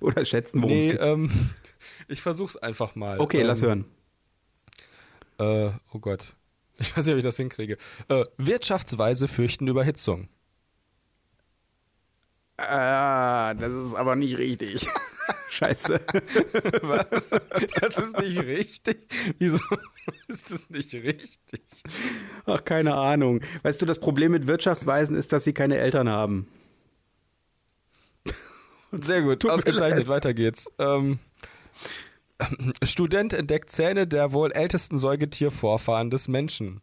S2: Oder schätzen, worum es
S1: nee,
S2: geht?
S1: ähm, ich versuch's einfach mal.
S2: Okay,
S1: ähm,
S2: lass hören.
S1: Äh, oh Gott. Ich weiß nicht, ob ich das hinkriege. Äh, Wirtschaftsweise fürchten Überhitzung.
S2: Ah, das ist aber nicht richtig. Scheiße.
S1: Was? Das ist nicht richtig. Wieso ist das nicht richtig?
S2: Ach, keine Ahnung. Weißt du, das Problem mit Wirtschaftsweisen ist, dass sie keine Eltern haben.
S1: Sehr gut,
S2: mir
S1: ausgezeichnet, weiter geht's. Ähm, Student entdeckt Zähne der wohl ältesten Säugetiervorfahren des Menschen.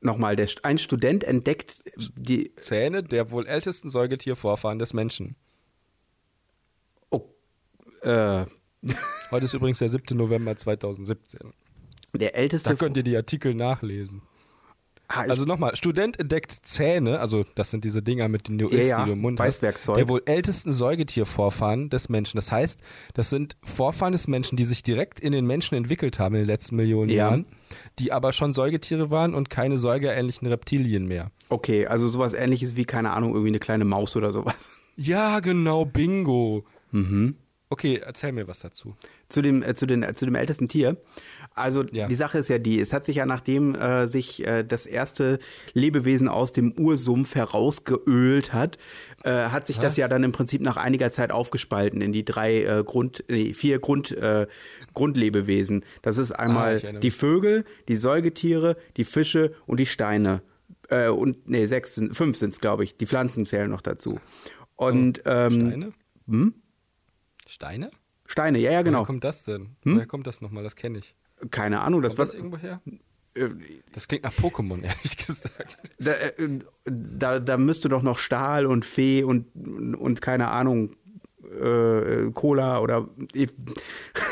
S2: Nochmal, der, ein Student entdeckt die.
S1: Zähne der wohl ältesten Säugetiervorfahren des Menschen.
S2: Oh, äh,
S1: Heute ist übrigens der 7. November 2017.
S2: der
S1: Da
S2: älteste.
S1: könnt ihr die Artikel nachlesen.
S2: Ah, ich-
S1: Also nochmal, Student entdeckt Zähne, also das sind diese Dinger, mit denen du
S2: Ja,
S1: isst,
S2: ja,
S1: die du im Mund
S2: Beißwerkzeug.
S1: hast, der wohl ältesten Säugetiervorfahren des Menschen. Das heißt, das sind Vorfahren des Menschen, die sich direkt in den Menschen entwickelt haben in den letzten Millionen
S2: Ja.
S1: Jahren, die aber schon Säugetiere waren und keine säugeähnlichen Reptilien mehr.
S2: okay, also sowas ähnliches wie, keine Ahnung, irgendwie eine kleine Maus oder sowas.
S1: Ja, genau, bingo.
S2: Mhm.
S1: Okay, erzähl mir was dazu.
S2: zu dem, äh, zu den, äh, zu dem ältesten Tier. Also
S1: Ja.
S2: die Sache ist ja die, es hat sich ja nachdem äh, sich äh, das erste Lebewesen aus dem Ursumpf herausgeölt hat, äh, hat sich das ja dann im Prinzip nach einiger Zeit aufgespalten in die drei äh, Grund, nee, vier Grund, äh, Grundlebewesen. Das ist
S1: Ah,
S2: einmal
S1: ich erinnere
S2: die
S1: mich.
S2: Vögel, die Säugetiere, die Fische und die Steine. Äh, und nee, sechs sind, fünf sind es, glaube ich. Die Pflanzen zählen noch dazu. Und ähm,
S1: Oh, Steine? Steine?
S2: Steine, ja, ja, genau.
S1: Woher kommt das denn? Woher kommt das nochmal? Das kenne ich.
S2: Keine Ahnung, das
S1: Kommt das
S2: war.
S1: irgendwo her?
S2: äh,
S1: Das klingt nach Pokémon, ehrlich gesagt.
S2: Da, äh, da, da müsste doch noch Stahl und Fee und, und keine Ahnung, äh, Cola oder ich,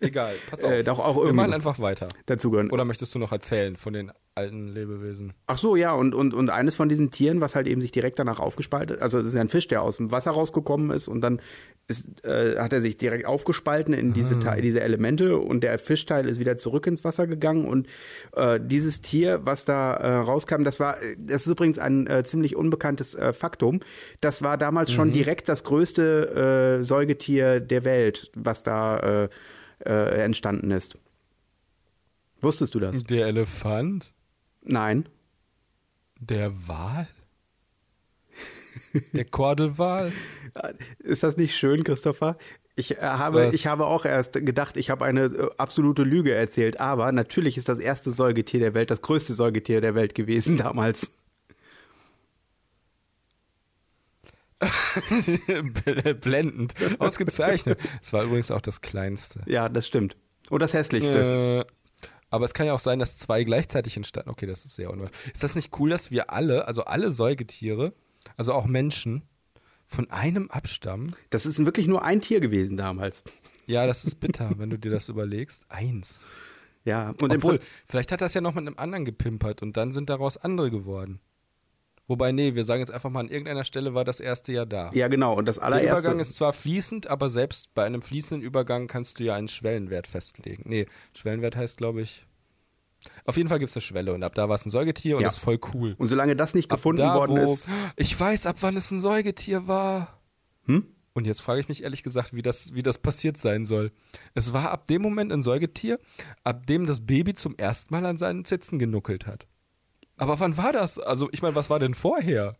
S1: Egal, pass auf.
S2: Äh, doch auch
S1: Wir
S2: irgendwie-
S1: machen einfach weiter.
S2: dazugehören.
S1: Oder möchtest du noch erzählen von den alten Lebewesen?
S2: Ach so, ja, und, und, und eines von diesen Tieren, was halt eben sich direkt danach aufgespaltet, also es ist ja ein Fisch, der aus dem Wasser rausgekommen ist und dann ist, äh, hat er sich direkt aufgespalten in diese, Te- diese Elemente und der Fischteil ist wieder zurück ins Wasser gegangen und äh, dieses Tier, was da äh, rauskam, das war, äh, das ist übrigens ein äh, ziemlich unbekanntes äh, Faktum, das war damals schon direkt das größte äh, Säugetier der Welt, was da äh, äh, entstanden ist. Wusstest du das?
S1: Der Elefant?
S2: Nein.
S1: Der Wal? Der Kordelwal?
S2: Äh, Ist das nicht schön, Christopher? Ich, äh, habe,
S1: Was?
S2: ich habe auch erst gedacht, ich habe eine äh, absolute Lüge erzählt, aber natürlich ist das erste Säugetier der Welt das größte Säugetier der Welt gewesen damals.
S1: Blendend. Ausgezeichnet. Es war übrigens auch das kleinste.
S2: Ja, das stimmt. Und das hässlichste.
S1: Äh, aber es kann ja auch sein, dass zwei gleichzeitig entstanden. Okay, das ist sehr unwahrscheinlich. Ist das nicht cool, dass wir alle, also alle Säugetiere, also auch Menschen, von einem abstammen?
S2: Das ist wirklich nur ein Tier gewesen damals.
S1: Ja, das ist bitter, wenn du dir das überlegst. Eins.
S2: Ja,
S1: Obwohl,
S2: und im Prin-
S1: vielleicht hat das ja noch mit einem anderen gepimpert und dann sind daraus andere geworden. Wobei, nee, wir sagen jetzt einfach mal, an irgendeiner Stelle war das erste Jahr da.
S2: ja genau, und das
S1: Der
S2: allererste.
S1: Übergang ist zwar fließend, aber selbst bei einem fließenden Übergang kannst du ja einen Schwellenwert festlegen. Nee, Schwellenwert heißt, glaube ich. Auf jeden Fall gibt es eine Schwelle und ab da war es ein Säugetier und
S2: Ja.
S1: das ist voll cool.
S2: und solange das nicht gefunden
S1: da,
S2: worden
S1: wo-
S2: ist,
S1: Ich weiß, ab wann es ein Säugetier war.
S2: Hm?
S1: Und jetzt frage ich mich ehrlich gesagt, wie das, wie das passiert sein soll. Es war ab dem Moment ein Säugetier, ab dem das Baby zum ersten Mal an seinen Zitzen genuckelt hat. Aber wann war das? Also, ich meine, was war denn vorher?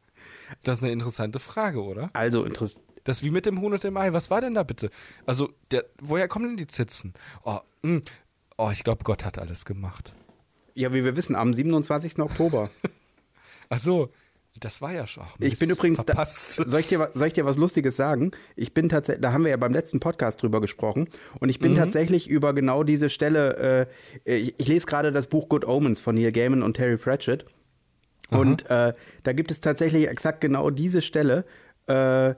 S1: Das ist eine interessante Frage, oder?
S2: also interessant.
S1: Das ist wie mit dem Huhn und dem Ei. Was war denn da bitte? Also, der, woher kommen denn die Zitzen? Oh, mh. oh ich glaube, Gott hat alles gemacht.
S2: Ja, wie wir wissen, am 27. Oktober.
S1: Ach so, das war ja schon. Ach,
S2: Ich bin
S1: Mist,
S2: übrigens da,
S1: verpasst.
S2: soll, ich dir, wa- soll ich dir was Lustiges sagen? Ich bin tatsächlich, da haben wir ja beim letzten Podcast drüber gesprochen und ich
S1: Mhm.
S2: bin tatsächlich über genau diese Stelle, äh, ich, ich lese gerade das Buch Good Omens von Neil Gaiman und Terry Pratchett und äh, da gibt es tatsächlich exakt genau diese Stelle, äh,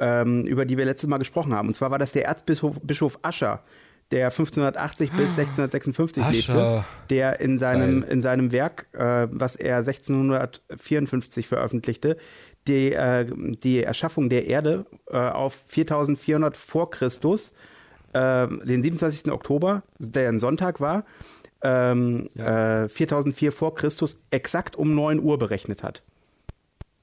S2: ähm, über die wir letztes Mal gesprochen haben. Und zwar war das der Erzbischof Bischof Ascher, der 1580 bis 1656 lebte,
S1: Ah. Ascher.
S2: der in seinem, in seinem Werk, äh, was er 1654 veröffentlichte, die, äh, die Erschaffung der Erde äh, auf 4400 vor Christus, äh, den 27. Oktober, der ein Sonntag war, ähm,
S1: Ja.
S2: äh, 4004 vor Christus exakt um 9 Uhr berechnet hat.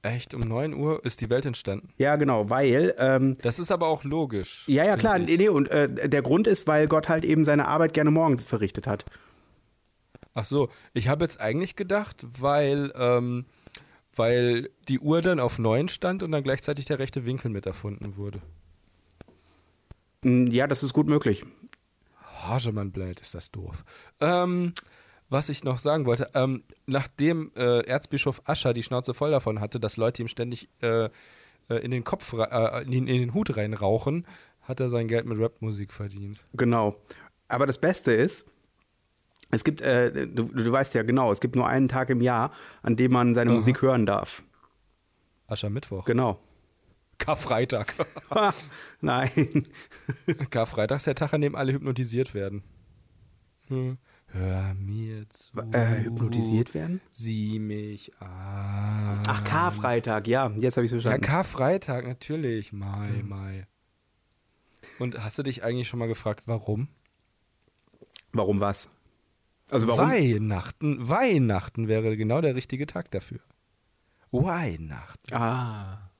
S1: Echt, um 9 Uhr ist die Welt entstanden.
S2: Ja, genau, weil ähm,
S1: Das ist aber auch logisch.
S2: Ja, ja,
S1: finde
S2: klar.
S1: ich.
S2: Nee, nee, und äh, der Grund ist, weil Gott halt eben seine Arbeit gerne morgens verrichtet hat.
S1: Ach so, ich habe jetzt eigentlich gedacht, weil, ähm, weil die Uhr dann auf 9 stand und dann gleichzeitig der rechte Winkel mit erfunden wurde.
S2: Mm, Ja, das ist gut möglich.
S1: Hagemann-Blade ist das doof. Ähm, was ich noch sagen wollte, ähm, nachdem äh, Erzbischof Ascher die Schnauze voll davon hatte, dass Leute ihm ständig äh, äh, in den Kopf, rei- äh, in, in den Hut reinrauchen, hat er sein Geld mit Rapmusik verdient.
S2: Genau. Aber das Beste ist, es gibt, äh, du, du weißt ja genau, es gibt nur einen Tag im Jahr, an dem man seine Musik hören darf.
S1: Aschermittwoch.
S2: Genau.
S1: Karfreitag.
S2: Ha, Nein.
S1: Karfreitag ist der Tag, an dem alle hypnotisiert werden. Hm. Hör mir zu.
S2: Äh, hypnotisiert werden?
S1: Sieh mich an.
S2: Ach, Karfreitag, ja, jetzt habe ich es
S1: Ah. Ja,
S2: verstanden.
S1: Karfreitag, natürlich. Mai,
S2: Hm.
S1: Mai. Und hast du dich eigentlich schon mal gefragt, warum?
S2: warum was? Also warum?
S1: Weihnachten, Weihnachten wäre genau der richtige Tag dafür. Weihnachten.
S2: Ah.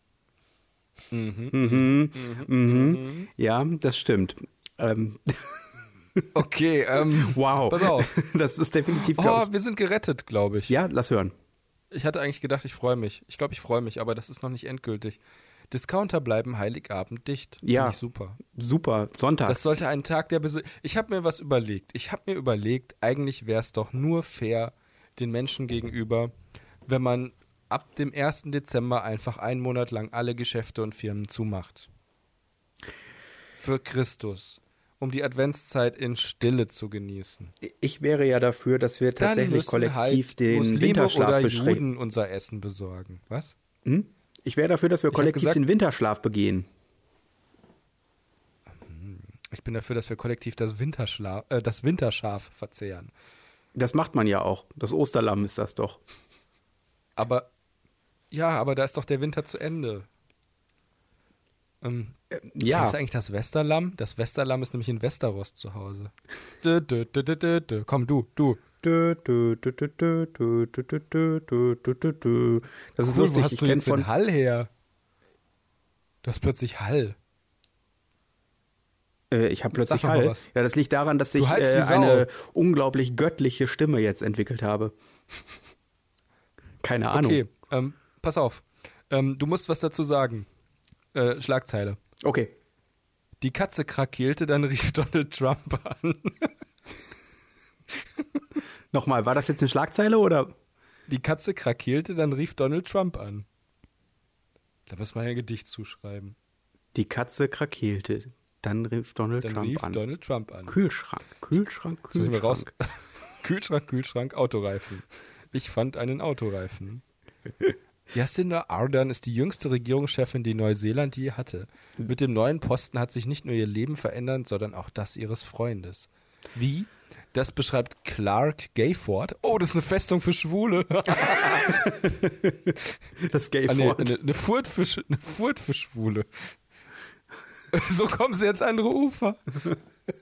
S2: Mhm. Mhm. Mhm. Ja, das stimmt. Ähm,
S1: Okay, ähm,
S2: wow.
S1: Pass auf.
S2: Das ist definitiv,
S1: Oh,
S2: glaub
S1: wir sind gerettet, glaube ich.
S2: ich. Ja, lass hören.
S1: Ich hatte eigentlich gedacht, ich freue mich. Ich glaube, ich freue mich, aber das ist noch nicht endgültig. Discounter bleiben Heiligabend dicht. Finde
S2: Ja.
S1: Ich super.
S2: Super, sonntags.
S1: Das sollte ein Tag der Besi Ich habe mir was überlegt. Ich habe mir überlegt, eigentlich wäre es doch nur fair den Menschen gegenüber, wenn man ab dem 1. Dezember einfach einen Monat lang alle Geschäfte und Firmen zumacht. Für Christus. Um die Adventszeit in Stille zu genießen.
S2: ich wäre ja dafür, dass wir
S1: Dann
S2: tatsächlich
S1: müssen
S2: kollektiv
S1: halt
S2: den
S1: Muslime
S2: Winterschlaf
S1: oder
S2: beschränken.
S1: Juden unser Essen besorgen. Was?
S2: Hm? Ich wäre dafür, dass wir
S1: hab
S2: kollektiv
S1: gesagt-
S2: den Winterschlaf begehen.
S1: Ich bin dafür, dass wir kollektiv das, Winterschlaf, äh, das Winterschaf verzehren.
S2: Das macht man ja auch. Das Osterlamm ist das doch.
S1: Aber ja, aber da ist doch der Winter zu Ende. Ähm,
S2: Äh, Ja,
S1: Kennst du eigentlich das Westerlamm? Das Westerlamm ist nämlich in Westeros zu Hause. Dö, dö, dö, dö, dö, dö. Komm, du, du.
S2: Dö, dö, dö, dö, dö, dö, dö, dö, dö, dö, dö, dö, dö. Das ist
S1: Cool, wo
S2: lustig.
S1: hast
S2: Ich
S1: du
S2: kenne
S1: jetzt
S2: von
S1: den Hall her? Du hast plötzlich Hall.
S2: Äh, ich habe plötzlich
S1: Sag doch mal
S2: Hall.
S1: was.
S2: Ja, das liegt daran, dass ich
S1: hallst
S2: äh,
S1: wie Sau.
S2: eine unglaublich göttliche Stimme jetzt entwickelt habe. Keine Ahnung.
S1: Okay, ähm, pass auf. Ähm, du musst was dazu sagen. Äh, Schlagzeile.
S2: okay.
S1: Die Katze krakeelte, dann rief Donald Trump an.
S2: Nochmal, war das jetzt eine Schlagzeile oder?
S1: Die Katze krakeelte, dann rief Donald Trump an. Da muss man ja ein Gedicht zuschreiben.
S2: Die Katze krakeelte. Dann rief Donald
S1: Dann
S2: Trump
S1: rief
S2: an.
S1: Donald Trump an.
S2: Kühlschrank, Kühlschrank,
S1: Jetzt müssen wir raus.
S2: Kühlschrank.
S1: Kühlschrank, Kühlschrank, Autoreifen. Ich fand einen Autoreifen. Jacinda Ardern ist die jüngste Regierungschefin, die Neuseeland je hatte. Mit dem neuen Posten hat sich nicht nur ihr Leben verändert, sondern auch das ihres Freundes. Wie? Das beschreibt Clark Gayford. Oh, das ist eine Festung für Schwule.
S2: Das Gay
S1: Ah, nee,
S2: Ford.
S1: eine, eine, Furt für, Sch- eine Furt für Schwule. So kommen sie ans andere Ufer.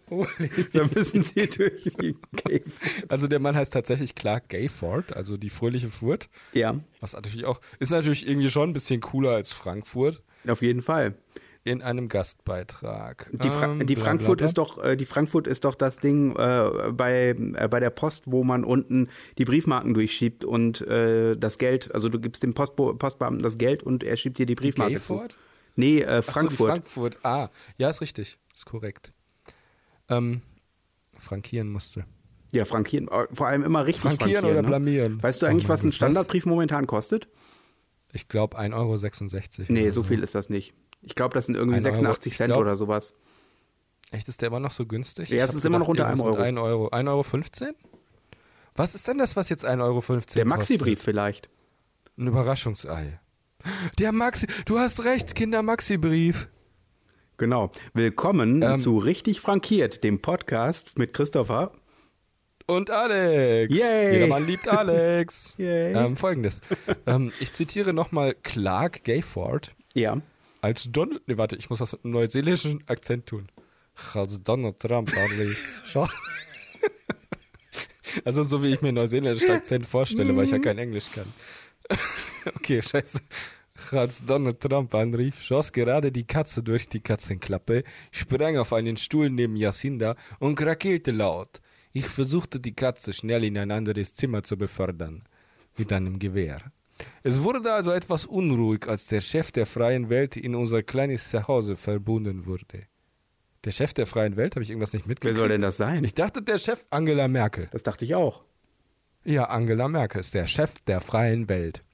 S1: Holy
S2: Da müssen sie durch die Gay Ford.
S1: Also der Mann heißt tatsächlich Clark Gayford, also die fröhliche Furt.
S2: Ja,
S1: Was natürlich auch, ist natürlich irgendwie schon ein bisschen cooler als Frankfurt
S2: auf jeden Fall.
S1: in einem Gastbeitrag.
S2: Die, Fra
S1: Ähm,
S2: die
S1: bla,
S2: Frankfurt
S1: bla, bla.
S2: ist doch, äh, die Frankfurt ist doch das Ding äh, bei, äh, bei der Post, wo man unten die Briefmarken durchschiebt und äh, das Geld, also du gibst dem Postbo Postbeamten das Geld und er schiebt dir die Briefmarke zu.
S1: Gayford?
S2: Nee, äh,
S1: Ach so,
S2: Frankfurt.
S1: Frankfurt, ah, ja, ist richtig, ist korrekt. Ähm, frankieren musste.
S2: ja, frankieren. Äh, Vor allem immer richtig frankieren. ne?
S1: Frankieren oder blamieren?
S2: Weißt du
S1: Oh
S2: eigentlich,
S1: mein
S2: was ein
S1: Gott, was?
S2: Standardbrief momentan kostet?
S1: Ich glaube 1,66 Euro.
S2: Nee, so viel ist das nicht. Ich glaube, das sind irgendwie
S1: Ein Euro.
S2: 86
S1: Ich
S2: Cent
S1: glaub-
S2: oder sowas.
S1: Echt, ist der immer noch so günstig?
S2: Ja,
S1: Ich
S2: es
S1: hab
S2: ist immer noch unter
S1: gedacht,
S2: einem
S1: irgendwas mit 1 Euro. 1,15 Euro? Was ist denn das, was jetzt 1,15 Euro kostet?
S2: Der Maxi-Brief vielleicht.
S1: Ein Überraschungsei. Der Maxi, du hast recht, Kinder Maxi-Brief.
S2: Genau. Willkommen
S1: Ähm.
S2: zu Richtig Frankiert, dem Podcast mit Christopher.
S1: und Alex.
S2: Yay.
S1: Jedermann liebt Alex.
S2: Yay.
S1: Ähm, Folgendes. ähm, ich zitiere nochmal Clark Gayford
S2: Ja.
S1: als Donald. Nee, warte, ich muss das mit einem neuseelischen Akzent tun. Also Donald Trump, Harley. Schau. Also so wie ich mir einen neuseeländischen Akzent vorstelle, weil ich ja kein Englisch kann. Okay, scheiße. Als Donald Trump anrief, schoss gerade die Katze durch die Katzenklappe, sprang auf einen Stuhl neben Jacinda und krakeelte laut. Ich versuchte die Katze schnell in ein anderes Zimmer zu befördern. Mit einem Gewehr. Es wurde also etwas unruhig, als der Chef der freien Welt in unser kleines Zuhause verbunden wurde. Der Chef der freien Welt? Habe ich irgendwas nicht
S2: Wer
S1: mitgekriegt?
S2: soll denn das sein?
S1: Ich dachte, der Chef Angela Merkel.
S2: das dachte ich auch.
S1: Ja, Angela Merkel ist der Chef der freien Welt.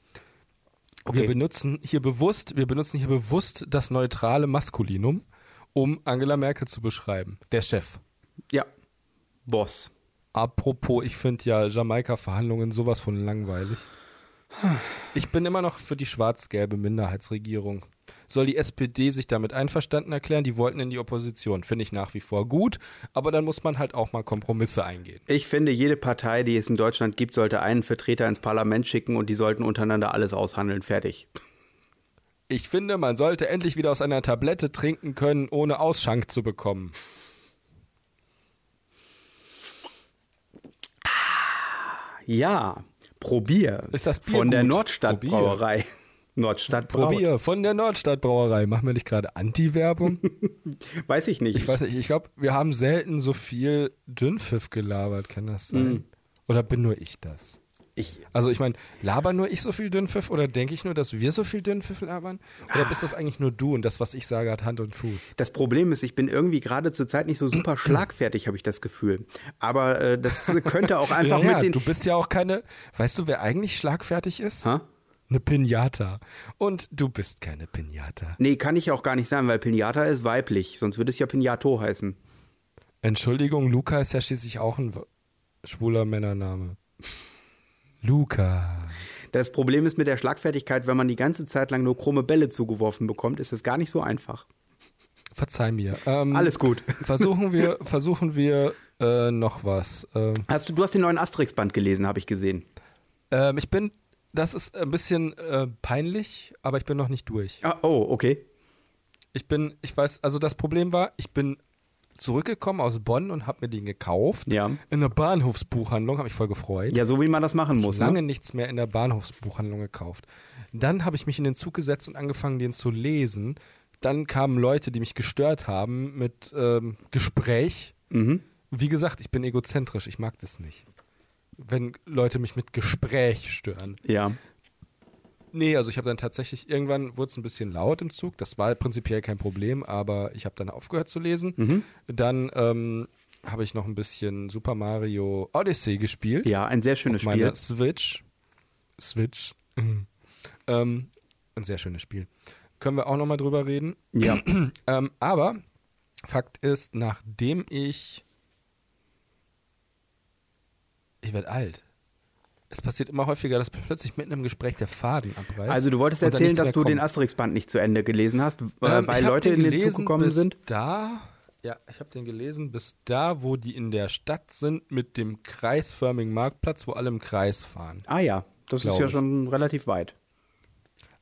S2: Okay.
S1: Wir benutzen hier bewusst, wir benutzen hier bewusst das neutrale Maskulinum, um Angela Merkel zu beschreiben. Der Chef.
S2: Ja. Boss.
S1: Apropos, ich finde ja Jamaika-Verhandlungen sowas von langweilig. Ich bin immer noch für die schwarz-gelbe Minderheitsregierung. Soll die SPD sich damit einverstanden erklären? Die wollten in die Opposition. Finde ich nach wie vor gut, aber dann muss man halt auch mal Kompromisse eingehen.
S2: Ich finde, jede Partei, die es in Deutschland gibt, sollte einen Vertreter ins Parlament schicken und die sollten untereinander alles aushandeln. Fertig.
S1: Ich finde, man sollte endlich wieder aus einer Tablette trinken können, ohne Ausschank zu bekommen.
S2: Ja, probier.
S1: Ist das Bier
S2: Von der
S1: gut? Probier.
S2: Nordstadtbrauerei. Nordstadtbrauerei.
S1: Probier von der Nordstadtbrauerei. Machen wir nicht gerade Anti-Werbung?
S2: Weiß ich nicht.
S1: Ich weiß nicht, ich glaube, wir haben selten so viel Dünnpfiff gelabert, kann das sein?
S2: Mhm.
S1: Oder bin nur ich das?
S2: Ich-
S1: Also ich meine, laber nur ich so viel Dünnpfiff oder denke ich nur, dass wir so viel Dünnpfiff labern? Oder
S2: Ah.
S1: bist das eigentlich nur du und das, was ich sage, hat Hand und Fuß?
S2: das Problem ist, ich bin irgendwie gerade zur Zeit nicht so super schlagfertig, habe ich das Gefühl. Aber äh, das könnte auch einfach
S1: Naja,
S2: mit den.
S1: du bist ja auch keine, weißt du, wer eigentlich schlagfertig ist?
S2: Hä?
S1: Eine Pinata. Und du bist keine Pinata.
S2: Nee, kann ich auch gar nicht sein, weil Pinata ist weiblich. Sonst würde es ja Pinato heißen.
S1: Entschuldigung, Luca ist ja schließlich auch ein w- schwuler Männername. Luca.
S2: Das Problem ist mit der Schlagfertigkeit, wenn man die ganze Zeit lang nur krumme Bälle zugeworfen bekommt, ist das gar nicht so einfach.
S1: Verzeih mir. Ähm,
S2: Alles gut.
S1: Versuchen wir, versuchen wir äh, noch was. Ähm,
S2: Hast du, du hast den neuen Asterix-Band gelesen, habe ich gesehen.
S1: ähm, ich bin, das ist ein bisschen äh, peinlich, aber ich bin noch nicht durch.
S2: Ah, oh, okay.
S1: Ich bin, ich weiß, also das Problem war, ich bin zurückgekommen aus Bonn und habe mir den gekauft.
S2: Ja.
S1: In der Bahnhofsbuchhandlung, habe ich voll gefreut.
S2: Ja, so wie man das machen muss.
S1: lange
S2: Ne?
S1: nichts mehr in der Bahnhofsbuchhandlung gekauft. Dann habe ich mich in den Zug gesetzt und angefangen, den zu lesen. Dann kamen Leute, die mich gestört haben mit ähm, Gespräch.
S2: Mhm.
S1: Wie gesagt, ich bin egozentrisch, ich mag das nicht. Wenn Leute mich mit Gespräch stören.
S2: Ja.
S1: Nee, also ich habe dann tatsächlich, irgendwann wurde es ein bisschen laut im Zug. Das war prinzipiell kein Problem, aber ich habe dann aufgehört zu lesen.
S2: Mhm.
S1: Dann ähm, habe ich noch ein bisschen Super Mario Odyssey gespielt
S2: Ja, ein sehr schönes
S1: auf meiner
S2: Spiel.
S1: Switch. Switch. Mhm. Ähm, ein sehr schönes Spiel. Können wir auch nochmal drüber reden.
S2: Ja.
S1: Ähm, aber Fakt ist, nachdem ich. Ich werde alt. Es passiert immer häufiger, dass plötzlich mitten im Gespräch der Faden abreißt.
S2: Also du wolltest
S1: und dann
S2: erzählen,
S1: nichts
S2: dass
S1: mehr
S2: du den
S1: kommt.
S2: Asterix-Band nicht zu Ende gelesen hast, w-
S1: Ähm, ich
S2: weil
S1: hab
S2: Leute in den Zug
S1: gelesen
S2: gekommen
S1: bis
S2: sind.
S1: Da, ja, ich habe den gelesen bis da, wo die in der Stadt sind mit dem kreisförmigen Marktplatz, wo alle im Kreis fahren.
S2: Ah ja, das ist
S1: Glaub
S2: ja
S1: ich.
S2: schon relativ weit.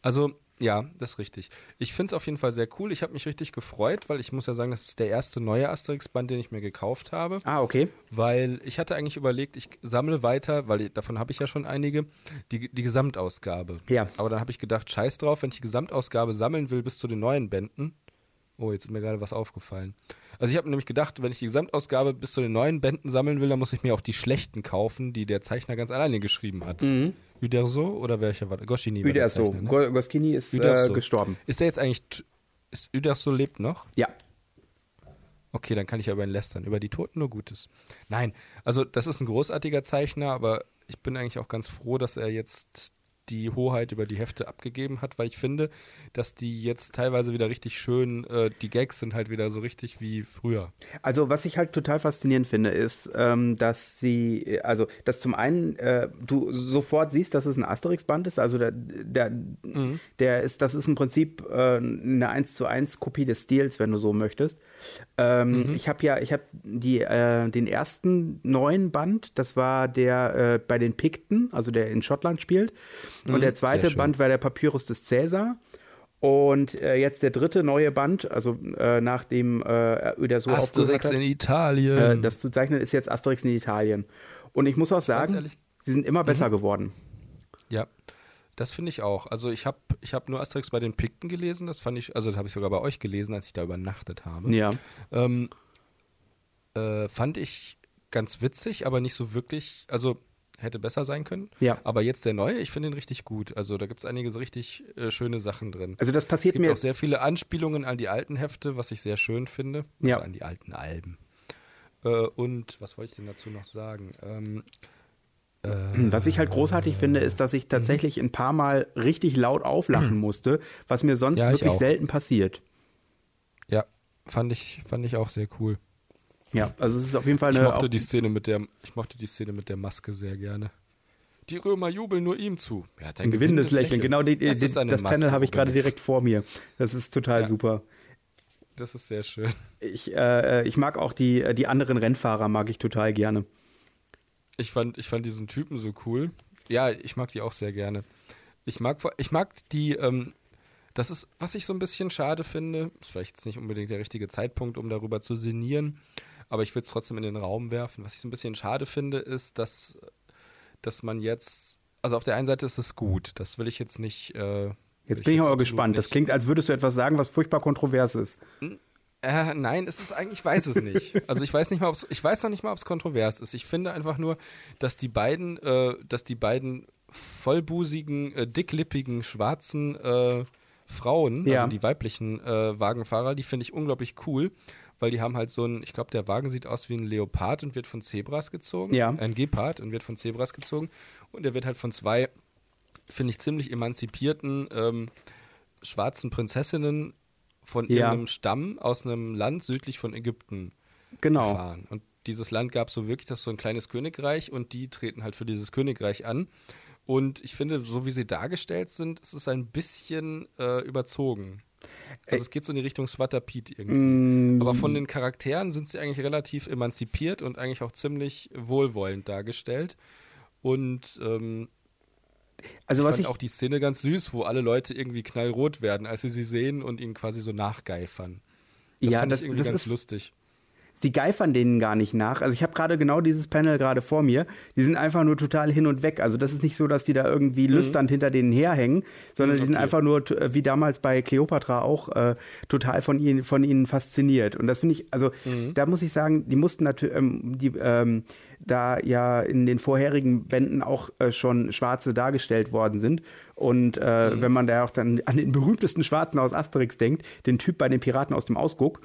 S1: Also, ja, das ist richtig. Ich finde es auf jeden Fall sehr cool. Ich habe mich richtig gefreut, weil ich muss ja sagen, das ist der erste neue Asterix-Band, den ich mir gekauft habe.
S2: Ah, okay.
S1: Weil ich hatte eigentlich überlegt, ich sammle weiter, weil davon habe ich ja schon einige, die, die Gesamtausgabe.
S2: Ja.
S1: Aber dann habe ich gedacht, scheiß drauf, wenn ich die Gesamtausgabe sammeln will bis zu den neuen Bänden. Oh, jetzt ist mir gerade was aufgefallen. Also ich habe nämlich gedacht, wenn ich die Gesamtausgabe bis zu den neuen Bänden sammeln will, dann muss ich mir auch die schlechten kaufen, die der Zeichner ganz alleine geschrieben hat. Mhm. Uderso oder welcher war? Goscinny war der
S2: Uderso.
S1: Zeichner, ne?
S2: Go- Goskini ist äh,
S1: Uderso.
S2: gestorben.
S1: Ist der jetzt eigentlich. t- Ist Uderso lebt noch?
S2: Ja.
S1: Okay, dann kann ich ja über ihn lästern. Über die Toten nur Gutes. Nein, also das ist ein großartiger Zeichner, aber ich bin eigentlich auch ganz froh, dass er jetzt die Hoheit über die Hefte abgegeben hat, weil ich finde, dass die jetzt teilweise wieder richtig schön, äh, die Gags sind halt wieder so richtig wie früher.
S2: Also was ich halt total faszinierend finde, ist, ähm, dass sie, also dass zum einen äh, du sofort siehst, dass es ein Asterix-Band ist, also der, der, der ist, das ist im Prinzip äh, eine 1 zu 1 Kopie des Stils, wenn du so möchtest. Ähm, Ich habe ja, ich habe die äh, den ersten neuen Band, das war der äh, bei den Pikten, also der in Schottland spielt. Und der zweite
S1: schön.
S2: Band war der Papyrus des Cäsar. Und äh, jetzt der dritte neue Band, also äh, nachdem äh, Öder so aufgehört
S1: Asterix
S2: hat,
S1: in Italien.
S2: äh, das zu zeichnen, ist jetzt Asterix in Italien. Und ich muss auch sagen,
S1: ehrlich- Mhm.
S2: sie sind immer besser geworden.
S1: Ja, das finde ich auch. Also ich habe ich hab nur Asterix bei den Pikten gelesen, das fand ich, also das habe ich sogar bei euch gelesen, als ich da übernachtet habe.
S2: Ja.
S1: Ähm, äh, fand ich ganz witzig, aber nicht so wirklich, also hätte besser sein können.
S2: Ja.
S1: Aber jetzt der neue, ich finde ihn richtig gut. Also da gibt es einige so richtig äh, schöne Sachen drin.
S2: Also das
S1: es
S2: passiert
S1: gibt
S2: mir
S1: auch sehr viele Anspielungen an die alten Hefte, was ich sehr schön finde.
S2: Ja.
S1: Also an die alten Alben. Äh, und was wollte ich denn dazu noch sagen? Ähm, äh,
S2: Was ich halt großartig finde, ist, dass
S1: Mhm.
S2: ich tatsächlich ein paar Mal richtig laut auflachen musste, was mir sonst
S1: Ja, ich
S2: wirklich
S1: auch.
S2: selten passiert.
S1: ja, fand ich, fand ich auch sehr cool.
S2: Ja, also es ist auf jeden Fall
S1: Ich
S2: eine.
S1: mochte,
S2: Auch,
S1: die Szene mit der, ich mochte die Szene mit der Maske sehr gerne. Die Römer jubeln nur ihm zu. Er hat
S2: ein gewinnendes Lächeln. Genau, die, die,
S1: das,
S2: das,
S1: ist eine Maske,
S2: Panel habe ich gerade
S1: Rubenex.
S2: direkt vor mir. Das ist total
S1: Ja.
S2: super.
S1: Das ist sehr schön.
S2: Ich, äh, ich mag auch die, äh, die anderen Rennfahrer, mag ich total gerne.
S1: Ich fand, ich fand diesen Typen so cool. Ja, ich mag die auch sehr gerne. Ich mag, vor- ich mag die, ähm, das ist, was ich so ein bisschen schade finde, ist vielleicht jetzt nicht unbedingt der richtige Zeitpunkt, um darüber zu sinnieren, aber ich will es trotzdem in den Raum werfen. Was ich so ein bisschen schade finde, ist, dass, dass man jetzt, also auf der einen Seite ist es gut, das will ich jetzt nicht. Äh, will
S2: Jetzt bin ich aber
S1: absolut
S2: gespannt. Das
S1: nicht-
S2: klingt, als würdest du etwas sagen, was furchtbar kontrovers ist.
S1: Äh, nein, es ist eigentlich, ich weiß es nicht. Also ich weiß nicht mal, ob's, ich weiß noch nicht mal, ob es kontrovers ist. Ich finde einfach nur, dass die beiden, äh, dass die beiden vollbusigen, äh, dicklippigen, schwarzen äh, Frauen,
S2: Ja.
S1: also die weiblichen äh, Wagenfahrer, die finde ich unglaublich cool, weil die haben halt so ein, ich glaube, der Wagen sieht aus wie ein Leopard und wird von Zebras gezogen, Äh,
S2: Ja.
S1: ein Gepard und wird von Zebras gezogen und der wird halt von zwei, finde ich, ziemlich emanzipierten ähm, schwarzen Prinzessinnen von
S2: Ja.
S1: irgendeinem Stamm aus einem Land südlich von Ägypten
S2: Genau.
S1: gefahren. Und dieses Land gab so wirklich, das ist so ein kleines Königreich und die treten halt für dieses Königreich an. Und ich finde, so wie sie dargestellt sind, ist es ein bisschen äh, überzogen. Also es geht so in die Richtung Swatter Pete
S2: Mm. Hm,
S1: irgendwie. Aber von den Charakteren sind sie eigentlich relativ emanzipiert und eigentlich auch ziemlich wohlwollend dargestellt. Und ähm,
S2: Also
S1: ich
S2: was
S1: fand
S2: ich
S1: auch die Szene ganz süß, wo alle Leute irgendwie knallrot werden, als sie sie sehen und ihnen quasi so nachgeifern. Das
S2: ja,
S1: fand
S2: das,
S1: ich irgendwie
S2: das
S1: ganz
S2: ist
S1: lustig.
S2: die geifern denen gar nicht nach. Also ich habe gerade genau dieses Panel gerade vor mir. Die sind einfach nur total hin und weg. Also das ist nicht so, dass die da irgendwie lüsternd hinter denen herhängen, sondern
S1: Mhm,
S2: die sind
S1: okay.
S2: einfach nur, t- äh, wie damals bei Cleopatra auch, äh, total von ihnen, von ihnen fasziniert. Und das finde ich, also
S1: Mhm.
S2: da muss ich sagen, die mussten natürlich, ähm, die, ähm, da ja in den vorherigen Bänden auch äh, schon Schwarze dargestellt worden sind. Und äh,
S1: Mhm.
S2: wenn man da auch dann an den berühmtesten Schwarzen aus Asterix denkt, den Typ bei den Piraten aus dem Ausguck,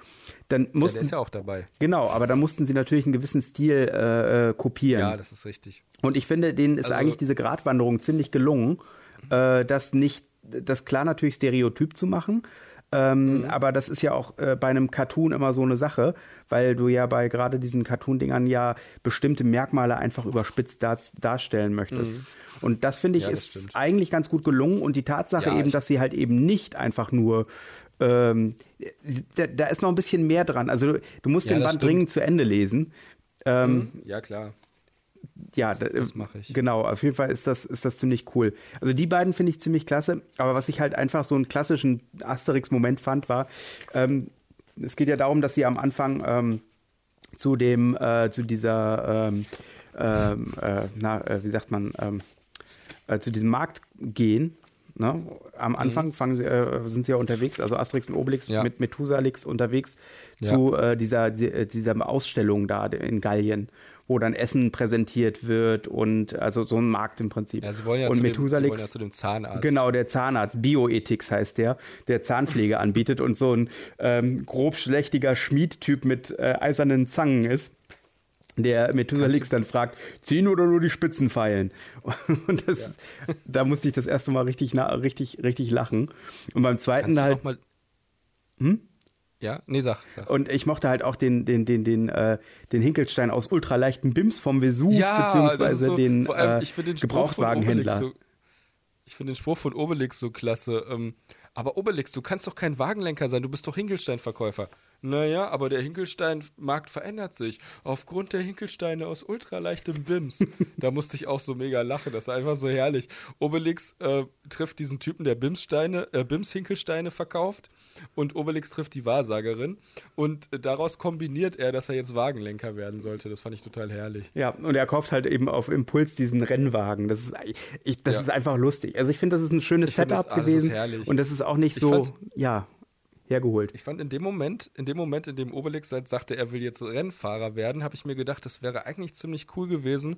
S2: dann
S1: Ja, der
S2: mussten
S1: ist ja auch dabei.
S2: Genau, aber da mussten sie natürlich einen gewissen Stil äh, äh, kopieren.
S1: Ja, das ist richtig.
S2: und ich finde, denen ist
S1: Also-
S2: eigentlich diese Gratwanderung ziemlich gelungen, äh, das nicht, das klar natürlich stereotyp zu machen.
S1: Mhm.
S2: Ähm, Aber das ist ja auch äh, bei einem Cartoon immer so eine Sache, weil du ja bei gerade diesen Cartoon-Dingern ja bestimmte Merkmale einfach überspitzt dar darstellen möchtest. Und das finde ich
S1: Mhm. Ja, das
S2: ist
S1: stimmt.
S2: eigentlich ganz gut gelungen und die Tatsache
S1: Ja,
S2: eben,
S1: ich-
S2: dass sie halt eben nicht einfach nur ähm, da, da ist noch ein bisschen mehr dran. Also du, du musst
S1: Ja,
S2: den
S1: das
S2: Band
S1: stimmt. Mhm.
S2: dringend zu Ende lesen. Ähm,
S1: Hm? Ja, klar.
S2: ja, das
S1: mache ich.
S2: Genau, auf jeden Fall ist das, ist das ziemlich cool. Also die beiden finde ich ziemlich klasse, aber was ich halt einfach so einen klassischen Asterix-Moment fand, war, ähm, es geht ja darum, dass sie am Anfang ähm, zu dem, äh, zu dieser, ähm, ähm, äh, na, äh, wie sagt man, ähm, äh, zu diesem Markt gehen. Ne? Am Anfang fangen sie, äh, sind sie ja unterwegs, also Asterix und Obelix
S1: Mhm. Ja.
S2: mit Methusalix unterwegs
S1: Ja.
S2: zu äh, dieser, di- dieser Ausstellung da in Gallien, wo dann Essen präsentiert wird und also so ein Markt im Prinzip.
S1: Ja, sie wollen ja,
S2: und
S1: zu, dem, sie wollen ja
S2: Methusalix,
S1: zu dem Zahnarzt.
S2: genau, der Zahnarzt, Bioethix heißt der, der Zahnpflege anbietet und so ein ähm, grobschlächtiger Schmiedtyp mit äh, eisernen Zangen ist. Der Methusalix dann fragt, ziehen oder nur die Spitzenpfeilen? Und das, da musste ich das erste Mal richtig, na, richtig, richtig lachen. Und beim zweiten
S1: Kannst du
S2: halt. Hm?
S1: noch mal. Hm? Ja? Nee, sag. sag.
S2: Und ich mochte halt auch den, den, den, den, äh, den Hinkelstein aus ultraleichten Bims vom Vesuv,
S1: das
S2: beziehungsweise
S1: ist so-
S2: den,
S1: vor allem,
S2: äh,
S1: ich find den Spruch
S2: Gebrauchtwagenhändler.
S1: von Obelix So, ich finde den Spruch von Obelix so klasse. Ähm, aber Obelix, du kannst doch kein Wagenlenker sein, du bist doch Hinkelsteinverkäufer. Naja, aber der Hinkelsteinmarkt verändert sich. Aufgrund der Hinkelsteine aus ultraleichtem Bims. da musste ich auch so mega lachen. Das ist einfach so herrlich. Obelix äh, trifft diesen Typen, der Bimssteine, äh, Bims-Hinkelsteine verkauft. Und Obelix trifft die Wahrsagerin. Und äh, daraus kombiniert er, dass er jetzt Wagenlenker werden sollte. Das fand ich total herrlich.
S2: Ja, und er kauft halt eben auf Impuls diesen Rennwagen. Das ist, ich, das
S1: Ja.
S2: ist einfach lustig. Also ich finde, das ist ein schönes
S1: Ich finde das
S2: Setup
S1: alles
S2: gewesen.
S1: herrlich.
S2: Und das ist auch nicht
S1: Ich
S2: so,
S1: fand's-
S2: ja, hergeholt.
S1: Ich fand in dem Moment, in dem Moment, in dem Obelix halt sagte, er will jetzt Rennfahrer werden, habe ich mir gedacht, das wäre eigentlich ziemlich cool gewesen,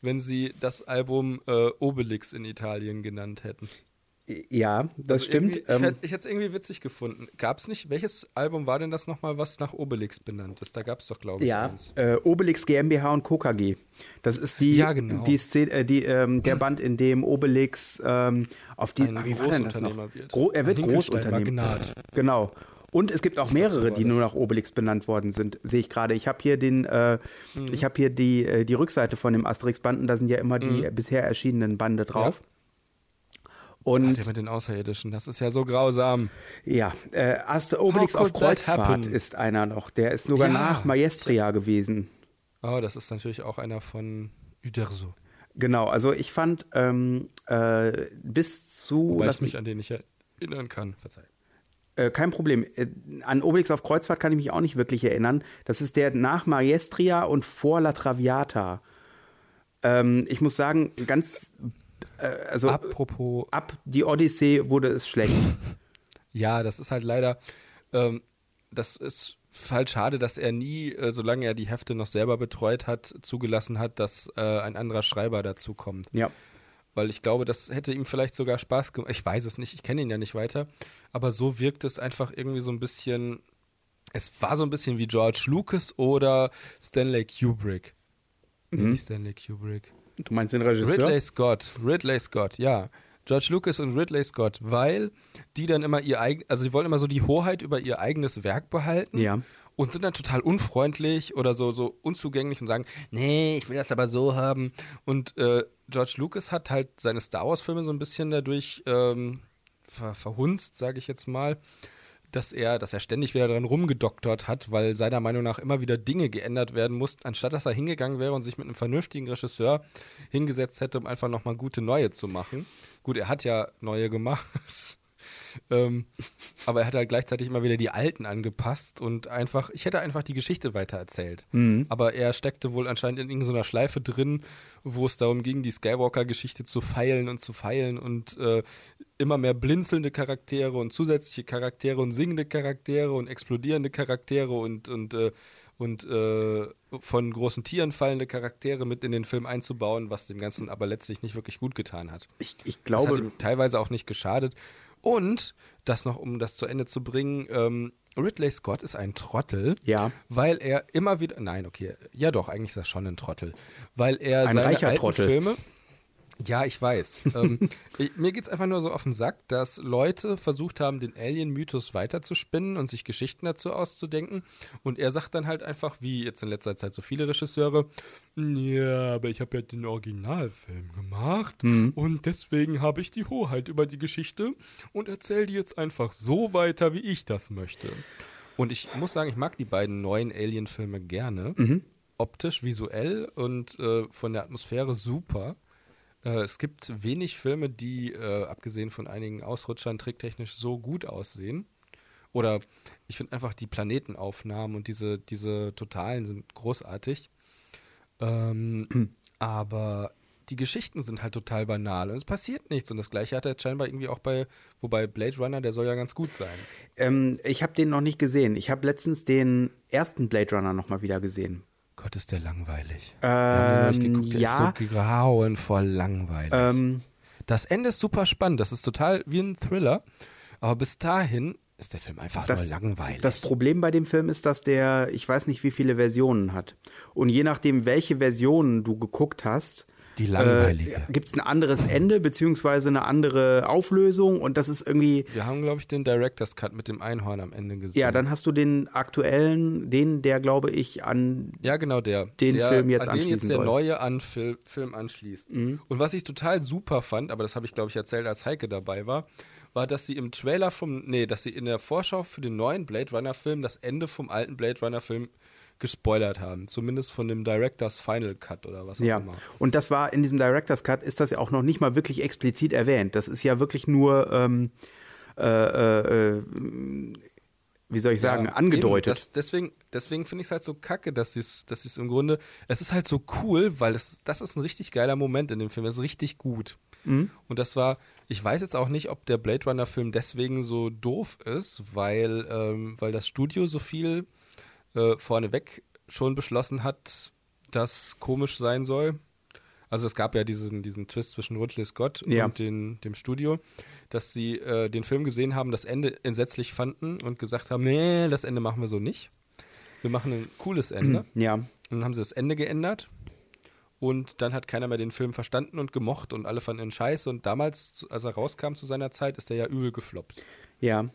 S1: wenn sie das Album äh, Obelix in Italien genannt hätten.
S2: Ja, das
S1: Also irgendwie-
S2: stimmt.
S1: Ich
S2: Ähm,
S1: hätte ich es irgendwie witzig gefunden. Gab es nicht? Welches Album war denn das nochmal, was nach Obelix benannt ist? Da gab es doch, glaube ich,
S2: Ja,
S1: eins.
S2: äh, Obelix GmbH und Co. KG. Das ist die,
S1: Ja, genau. Mhm.
S2: die Szene, äh, die, ähm, der Band, in dem Obelix ähm, auf die
S1: Ein
S2: ah, wie war denn das noch?
S1: Großunternehmer wird.
S2: Gro er
S1: Ein
S2: wird
S1: Hinkelstein
S2: Großunternehmer.
S1: Magnat.
S2: Genau. Und es gibt auch mehrere,
S1: war
S2: die
S1: das.
S2: nur nach Obelix benannt worden sind, sehe ich gerade. Ich habe hier den, äh,
S1: Mhm.
S2: ich habe hier die, äh, die Rückseite von dem Asterix-Band und da sind ja immer
S1: Mhm.
S2: die bisher erschienenen Bande drauf.
S1: Ah,
S2: Und
S1: der mit den Außerirdischen, das ist ja so grausam.
S2: ja, äh, Aster Obelix
S1: How
S2: auf
S1: could that
S2: Kreuzfahrt
S1: happen?
S2: ist einer noch. Der ist sogar
S1: Ja.
S2: nach Maestria gewesen.
S1: Oh, das ist natürlich auch einer von Uderzo.
S2: Genau, also ich fand ähm, äh, bis zu.
S1: Weil
S2: Oh, lass
S1: ich mich an den nicht erinnern kann. Verzeih.
S2: äh, kein Problem. Äh, an Obelix auf Kreuzfahrt kann ich mich auch nicht wirklich erinnern. Das ist der nach Maestria und vor La Traviata. Ähm, ich muss sagen, ganz. Äh, also ab,
S1: Apropos
S2: die Odyssee wurde es schlecht.
S1: Ja, das ist halt leider, ähm, das ist halt schade, dass er nie, äh, solange er die Hefte noch selber betreut hat, zugelassen hat, dass äh, ein anderer Schreiber dazu kommt.
S2: ja.
S1: Weil ich glaube, das hätte ihm vielleicht sogar Spaß gemacht. Ich weiß es nicht, ich kenne ihn ja nicht weiter. Aber so wirkt es einfach irgendwie so ein bisschen. Es war so ein bisschen wie George Lucas oder Stanley Kubrick. Nee, nicht Stanley Kubrick.
S2: Du meinst den Regisseur?
S1: Ridley Scott, Ridley Scott, ja. George Lucas und Ridley Scott, weil die dann immer ihr eigen, also die wollen immer so die Hoheit über ihr eigenes Werk behalten
S2: Ja.
S1: und sind dann total unfreundlich oder so, so unzugänglich und sagen, nee, ich will das aber so haben. Und äh, George Lucas hat halt seine Star Wars-Filme so ein bisschen dadurch ähm, ver verhunzt, sage ich jetzt mal dass er, dass er ständig wieder dran rumgedoktert hat, weil seiner Meinung nach immer wieder Dinge geändert werden mussten, anstatt dass er hingegangen wäre und sich mit einem vernünftigen Regisseur hingesetzt hätte, um einfach nochmal gute neue zu machen. Gut, er hat ja neue gemacht. ähm, aber er hat halt gleichzeitig immer wieder die alten angepasst und einfach, ich hätte einfach die Geschichte weitererzählt. Aber er steckte wohl anscheinend in irgendeiner Schleife drin, wo es darum ging, die Skywalker-Geschichte zu feilen und zu feilen und äh, immer mehr blinzelnde Charaktere und zusätzliche Charaktere und singende Charaktere und explodierende Charaktere und, und, äh, und äh, von großen Tieren fallende Charaktere mit in den Film einzubauen, was dem Ganzen aber letztlich nicht wirklich gut getan hat.
S2: Ich, ich
S1: Das
S2: glaube.
S1: hat ihm teilweise auch nicht geschadet. Und, das noch, um das zu Ende zu bringen, ähm, Ridley Scott ist ein Trottel,
S2: Ja.
S1: weil er immer wieder, nein, okay, ja doch, eigentlich ist er schon ein Trottel, weil er
S2: Ein
S1: seine
S2: reicher
S1: alten
S2: Trottel.
S1: Filme, ja, ich weiß, ähm, ich, mir geht es einfach nur so auf den Sack, dass Leute versucht haben, den Alien-Mythos weiterzuspinnen und sich Geschichten dazu auszudenken und er sagt dann halt einfach, wie jetzt in letzter Zeit so viele Regisseure, ja, aber ich habe ja den Originalfilm gemacht
S2: Mhm.
S1: und deswegen habe ich die Hoheit über die Geschichte und erzähle die jetzt einfach so weiter, wie ich das möchte. Und ich muss sagen, ich mag die beiden neuen Alien-Filme gerne. Optisch, visuell und äh, von der Atmosphäre super. Äh, es gibt wenig Filme, die, äh, abgesehen von einigen Ausrutschern, tricktechnisch so gut aussehen. Oder ich finde einfach die Planetenaufnahmen und diese, diese Totalen sind großartig. Ähm, aber die Geschichten sind halt total banal und es passiert nichts. Und das gleiche hat er jetzt scheinbar irgendwie auch bei, wobei Blade Runner, der soll ja ganz gut sein.
S2: Ähm, ich habe den noch nicht gesehen. Ich habe letztens den ersten Blade Runner nochmal wieder gesehen.
S1: Gott, ist der langweilig.
S2: Ähm,
S1: ich geguckt, der
S2: ja.
S1: ist so grauenvoll langweilig.
S2: Ähm,
S1: das Ende ist super spannend, das ist total wie ein Thriller, aber bis dahin ist der Film einfach
S2: Das-
S1: nur langweilig.
S2: Das Problem bei dem Film ist, dass der, ich weiß nicht, wie viele Versionen hat. Und je nachdem, welche Versionen du geguckt hast,
S1: Die
S2: äh,
S1: langweilige.
S2: gibt es ein anderes Ende beziehungsweise eine andere Auflösung und das ist irgendwie,
S1: Wir haben, glaube ich, den Director's Cut mit dem Einhorn am Ende gesehen.
S2: ja, dann hast du den aktuellen, den, der glaube ich an,
S1: Ja, genau der.
S2: den
S1: der,
S2: Film jetzt
S1: an den
S2: anschließen
S1: jetzt der
S2: soll. Mhm.
S1: neue Anfil Film anschließt. Und was ich total super fand, aber das habe ich, glaube ich, erzählt, als Heike dabei war, war, dass sie im Trailer vom, nee, dass sie in der Vorschau für den neuen Blade Runner Film das Ende vom alten Blade Runner Film gespoilert haben. Zumindest von dem Directors Final Cut oder was auch
S2: Ja,
S1: immer.
S2: und das war in diesem Director's Cut, ist das ja auch noch nicht mal wirklich explizit erwähnt. Das ist ja wirklich nur, ähm, äh, äh, äh, wie soll ich sagen,
S1: Ja,
S2: angedeutet.
S1: Eben, das, deswegen deswegen finde ich es halt so kacke, dass sie dass es im Grunde, es ist halt so cool, weil es, das ist ein richtig geiler Moment in dem Film, es ist richtig gut.
S2: Mhm.
S1: Und das war, ich weiß jetzt auch nicht, ob der Blade Runner Film deswegen so doof ist, weil, ähm, weil das Studio so viel äh, vorneweg schon beschlossen hat, dass komisch sein soll. Also es gab ja diesen, diesen Twist zwischen Ridley Scott
S2: Ja.
S1: und den, dem Studio, dass sie äh, den Film gesehen haben, das Ende entsetzlich fanden und gesagt haben, nee, das Ende machen wir so nicht. Wir machen ein cooles Ende.
S2: ja,
S1: Und dann haben sie das Ende geändert. Und dann hat keiner mehr den Film verstanden und gemocht und alle fanden ihn scheiße. Und damals, als er rauskam zu seiner Zeit, ist er ja übel gefloppt.
S2: ja.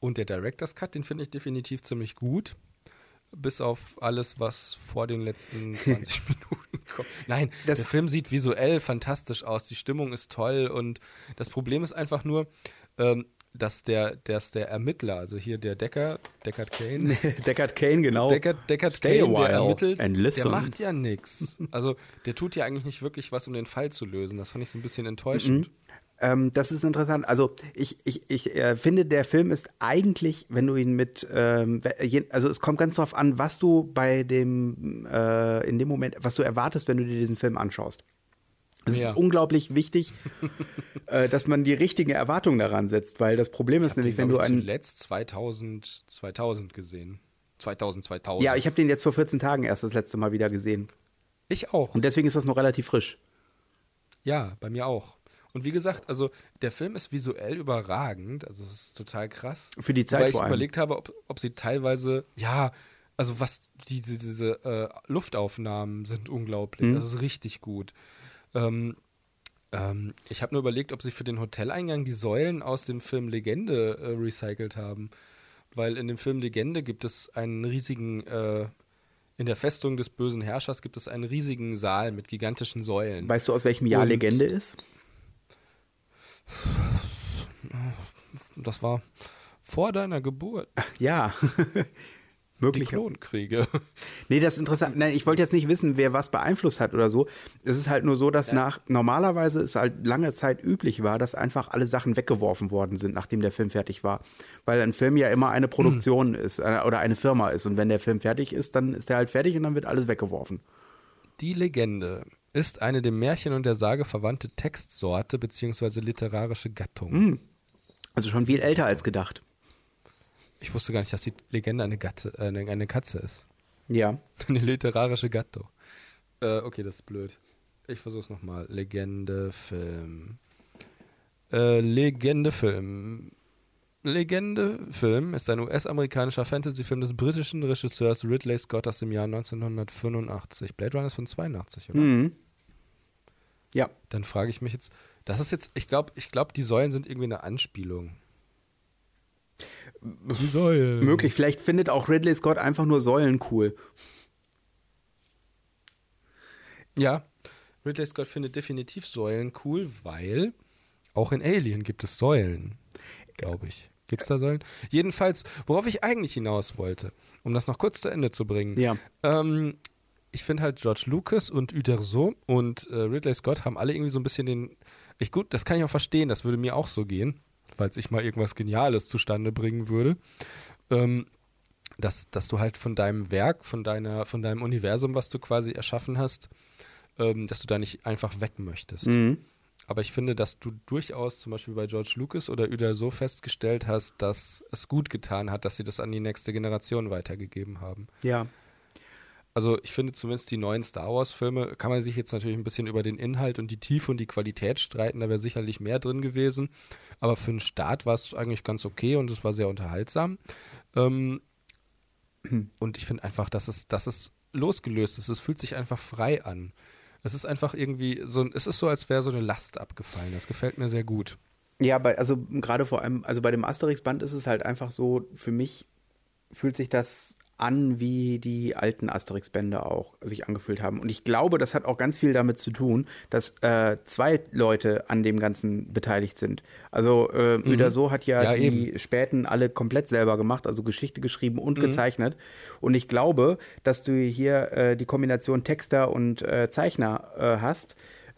S1: Und der Director's Cut, den finde ich definitiv ziemlich gut. Bis auf alles, was vor den letzten 20 Minuten kommt. Nein,
S2: Das-
S1: der Film sieht visuell fantastisch aus. Die Stimmung ist toll. Und das Problem ist einfach nur, ähm, dass, der, dass der Ermittler, also hier der Decker, Deckard Kane,
S2: Deckard Kane, genau.
S1: Deckard, Deckard
S2: Stay
S1: Kane,
S2: a while
S1: der ermittelt,
S2: and
S1: der
S2: listen.
S1: macht ja nichts. Also der tut ja eigentlich nicht wirklich was, um den Fall zu lösen. Das fand ich so ein bisschen enttäuschend.
S2: Ähm, das ist interessant. Also ich, ich, ich äh, finde, der Film ist eigentlich, wenn du ihn mit, ähm, we- je- also es kommt ganz darauf an, was du bei dem, äh, in dem Moment, was du erwartest, wenn du dir diesen Film anschaust. Es
S1: Ja.
S2: ist unglaublich wichtig, äh, dass man die richtigen Erwartungen daran setzt, weil das Problem ist nämlich, wenn
S1: Den
S2: du
S1: hab ich
S2: einen,
S1: zuletzt 2000, 2000 gesehen. 2000, 2000.
S2: ja, ich habe den jetzt vor 14 Tagen erst das letzte Mal wieder gesehen
S1: ich auch.
S2: und deswegen ist das noch relativ frisch.
S1: Ja, bei mir auch. Und wie gesagt, also der Film ist visuell überragend, also es ist total krass.
S2: Für die Zeit
S1: Wobei ich
S2: vor allem.
S1: überlegt habe, ob, ob sie teilweise, ja, also was die, diese, diese äh, Luftaufnahmen sind unglaublich,
S2: Mhm.
S1: das ist richtig gut. Ähm, ähm, ich habe nur überlegt, ob sie für den Hoteleingang die Säulen aus dem Film Legende äh, recycelt haben, weil in dem Film Legende gibt es einen riesigen äh, in der Festung des bösen Herrschers gibt es einen riesigen Saal mit gigantischen Säulen.
S2: Weißt du, aus welchem Jahr
S1: Und-
S2: Legende ist?
S1: Das war vor deiner Geburt.
S2: Ja,
S1: Die
S2: möglicherweise.
S1: Klonkriege.
S2: Nee, das ist interessant. Nein, ich wollte jetzt nicht wissen, wer was beeinflusst hat oder so. Es ist halt nur so, dass nach normalerweise es halt lange Zeit üblich war, dass einfach alle Sachen weggeworfen worden sind, nachdem der Film fertig war. Weil ein Film ja immer eine Produktion ist äh, oder eine Firma ist. Und wenn der Film fertig ist, dann ist der halt fertig und dann wird alles weggeworfen.
S1: Die Legende ist eine dem Märchen und der Sage verwandte Textsorte bzw. literarische Gattung.
S2: Also schon viel älter als gedacht.
S1: Ich wusste gar nicht, dass die Legende eine, Gatte, äh, eine eine Katze ist.
S2: Ja.
S1: Eine literarische Gattung. Äh, okay, das ist blöd. Ich versuch's nochmal. Legende, Film. Äh, Legende, Film. Legende Film ist ein US-amerikanischer Fantasy-Film des britischen Regisseurs Ridley Scott aus dem Jahr 1985. Blade Runner ist von 82, oder?
S2: Mhm. Ja.
S1: Dann frage ich mich jetzt, das ist jetzt, ich glaube, ich glaube, die Säulen sind irgendwie eine Anspielung. Die Säulen.
S2: Möglich. Vielleicht findet auch Ridley Scott einfach nur Säulen cool.
S1: Ja, Ridley Scott findet definitiv Säulen cool, weil auch in Alien gibt es Säulen, glaube ich. Gibt es da Säulen? Jedenfalls, worauf ich eigentlich hinaus wollte, um das noch kurz zu Ende zu bringen.
S2: Ja.
S1: Ähm, ich finde halt George Lucas und Uderzo und äh, Ridley Scott haben alle irgendwie so ein bisschen den. Ich gut, das kann ich auch verstehen, das würde mir auch so gehen, falls ich mal irgendwas Geniales zustande bringen würde. Ähm, dass, dass du halt von deinem Werk, von deiner, von deinem Universum, was du quasi erschaffen hast, ähm, dass du da nicht einfach weg möchtest.
S2: Mhm.
S1: Aber ich finde, dass du durchaus zum Beispiel bei George Lucas oder Uder so festgestellt hast, dass es gut getan hat, dass sie das an die nächste Generation weitergegeben haben.
S2: Ja.
S1: Also ich finde zumindest die neuen Star Wars-Filme, kann man sich jetzt natürlich ein bisschen über den Inhalt und die Tiefe und die Qualität streiten, da wäre sicherlich mehr drin gewesen. Aber für den Start war es eigentlich ganz okay und es war sehr unterhaltsam. Ähm, und ich finde einfach, dass es, dass es losgelöst ist. Es fühlt sich einfach frei an. Es ist einfach irgendwie so, ein- es ist so, als wäre so eine Last abgefallen. Das gefällt mir sehr gut.
S2: Ja, bei, also gerade vor allem, also bei dem Asterix-Band ist es halt einfach so, für mich fühlt sich das an, wie die alten Asterix-Bände auch sich angefühlt haben. Und ich glaube, das hat auch ganz viel damit zu tun, dass äh, zwei Leute an dem Ganzen beteiligt sind. Also äh, mhm. Uderso hat ja,
S1: Ja,
S2: die
S1: eben. Mhm.
S2: späten alle komplett selber gemacht, also Geschichte geschrieben und gezeichnet. Und ich glaube, dass du hier äh, die Kombination Texter und äh, Zeichner äh, hast,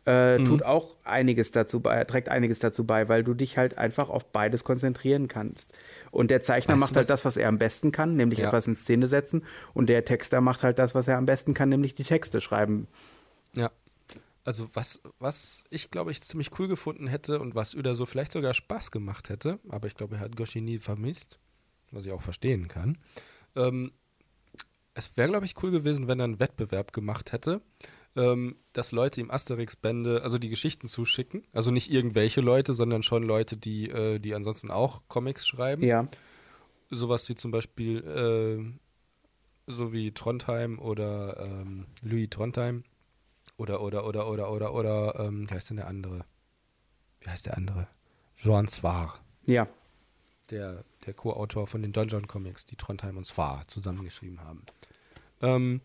S1: Mhm.
S2: äh, tut auch einiges dazu bei, trägt einiges dazu bei, weil du dich halt einfach auf beides konzentrieren kannst. Und der Zeichner
S1: Weißt du,
S2: macht halt
S1: was-
S2: das, was er am besten kann, nämlich
S1: Ja.
S2: etwas in Szene setzen. Und der Texter macht halt das, was er am besten kann, nämlich die Texte schreiben.
S1: Ja. Also was, was ich glaube ich ziemlich cool gefunden hätte und was Uda so vielleicht sogar Spaß gemacht hätte, aber ich glaube, er hat Goshi nie vermisst, was ich auch verstehen kann. Ähm, es wäre, glaube ich, cool gewesen, wenn er einen Wettbewerb gemacht hätte, ähm, dass Leute ihm Asterix-Bände, also die Geschichten zuschicken. Also nicht irgendwelche Leute, sondern schon Leute, die, äh, die ansonsten auch Comics schreiben
S2: Ja.
S1: sowas wie zum Beispiel ähm, so wie Trondheim oder ähm, Louis Trondheim oder oder oder oder oder oder ähm, wie heißt denn der andere? Wie heißt der andere? Jean Svar,
S2: Ja.
S1: der, der Co-Autor von den Dungeon Comics, die Trondheim und Svar zusammengeschrieben haben. Ähm,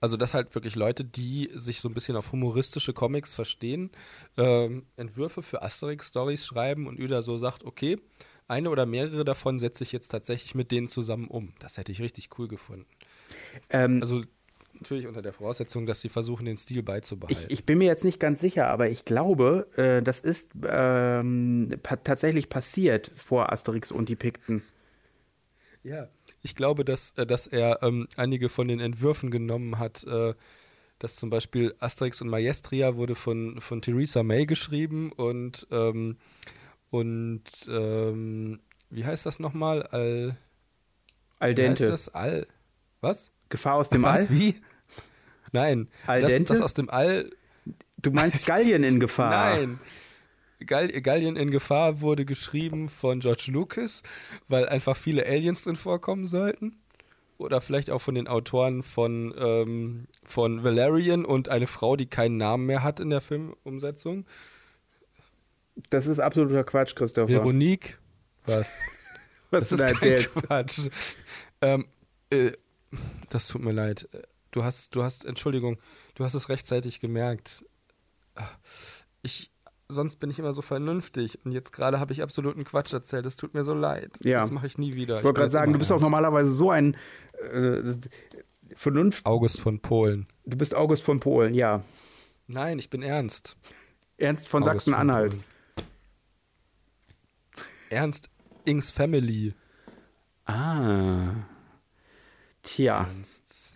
S1: also das halt wirklich Leute, die sich so ein bisschen auf humoristische Comics verstehen, ähm, Entwürfe für Asterix-Stories schreiben und Uda so sagt, okay, eine oder mehrere davon setze ich jetzt tatsächlich mit denen zusammen um. Das hätte ich richtig cool gefunden.
S2: Ähm,
S1: Also natürlich unter der Voraussetzung, dass sie versuchen, den Stil beizubehalten.
S2: Ich, ich bin mir jetzt nicht ganz sicher, aber ich glaube, äh, das ist ähm, pa tatsächlich passiert vor Asterix und die Pikten.
S1: Ja, ich glaube, dass, äh, dass er ähm, einige von den Entwürfen genommen hat, äh, dass zum Beispiel Asterix und Maestria wurde von, von Theresa May geschrieben und, ähm, und ähm, wie heißt das nochmal? Al,
S2: Al
S1: wie heißt
S2: dente.
S1: das? Al, was?
S2: Gefahr aus dem
S1: was,
S2: All.
S1: wie? Nein,
S2: Al
S1: das,
S2: dente?
S1: das aus dem All,
S2: Du meinst Gallien in Gefahr.
S1: Nein. Gall Gallien in Gefahr wurde geschrieben von George Lucas, weil einfach viele Aliens drin vorkommen sollten. Oder vielleicht auch von den Autoren von, ähm, von Valerian und eine Frau, die keinen Namen mehr hat in der Filmumsetzung.
S2: Das ist absoluter Quatsch, Christopher.
S1: Veronique. Was? Das
S2: was du da
S1: ist kein
S2: erzählst.
S1: Quatsch. Ähm, äh, das tut mir leid. Du hast, du hast, Entschuldigung, du hast es rechtzeitig gemerkt. Ah, Ich, sonst bin ich immer so vernünftig und jetzt gerade habe ich absoluten Quatsch erzählt. Es tut mir so leid.
S2: Ja.
S1: Das mache ich nie wieder.
S2: Ich wollte gerade sagen, du bist auch normalerweise so ein äh, Vernunft.
S1: August von Polen.
S2: Du bist August von Polen, ja.
S1: Nein, ich bin ernst.
S2: Ernst von
S1: August von
S2: Sachsen-Anhalt.
S1: Polen. Ernst Ings Family.
S2: Ah. Tja,
S1: Ernst.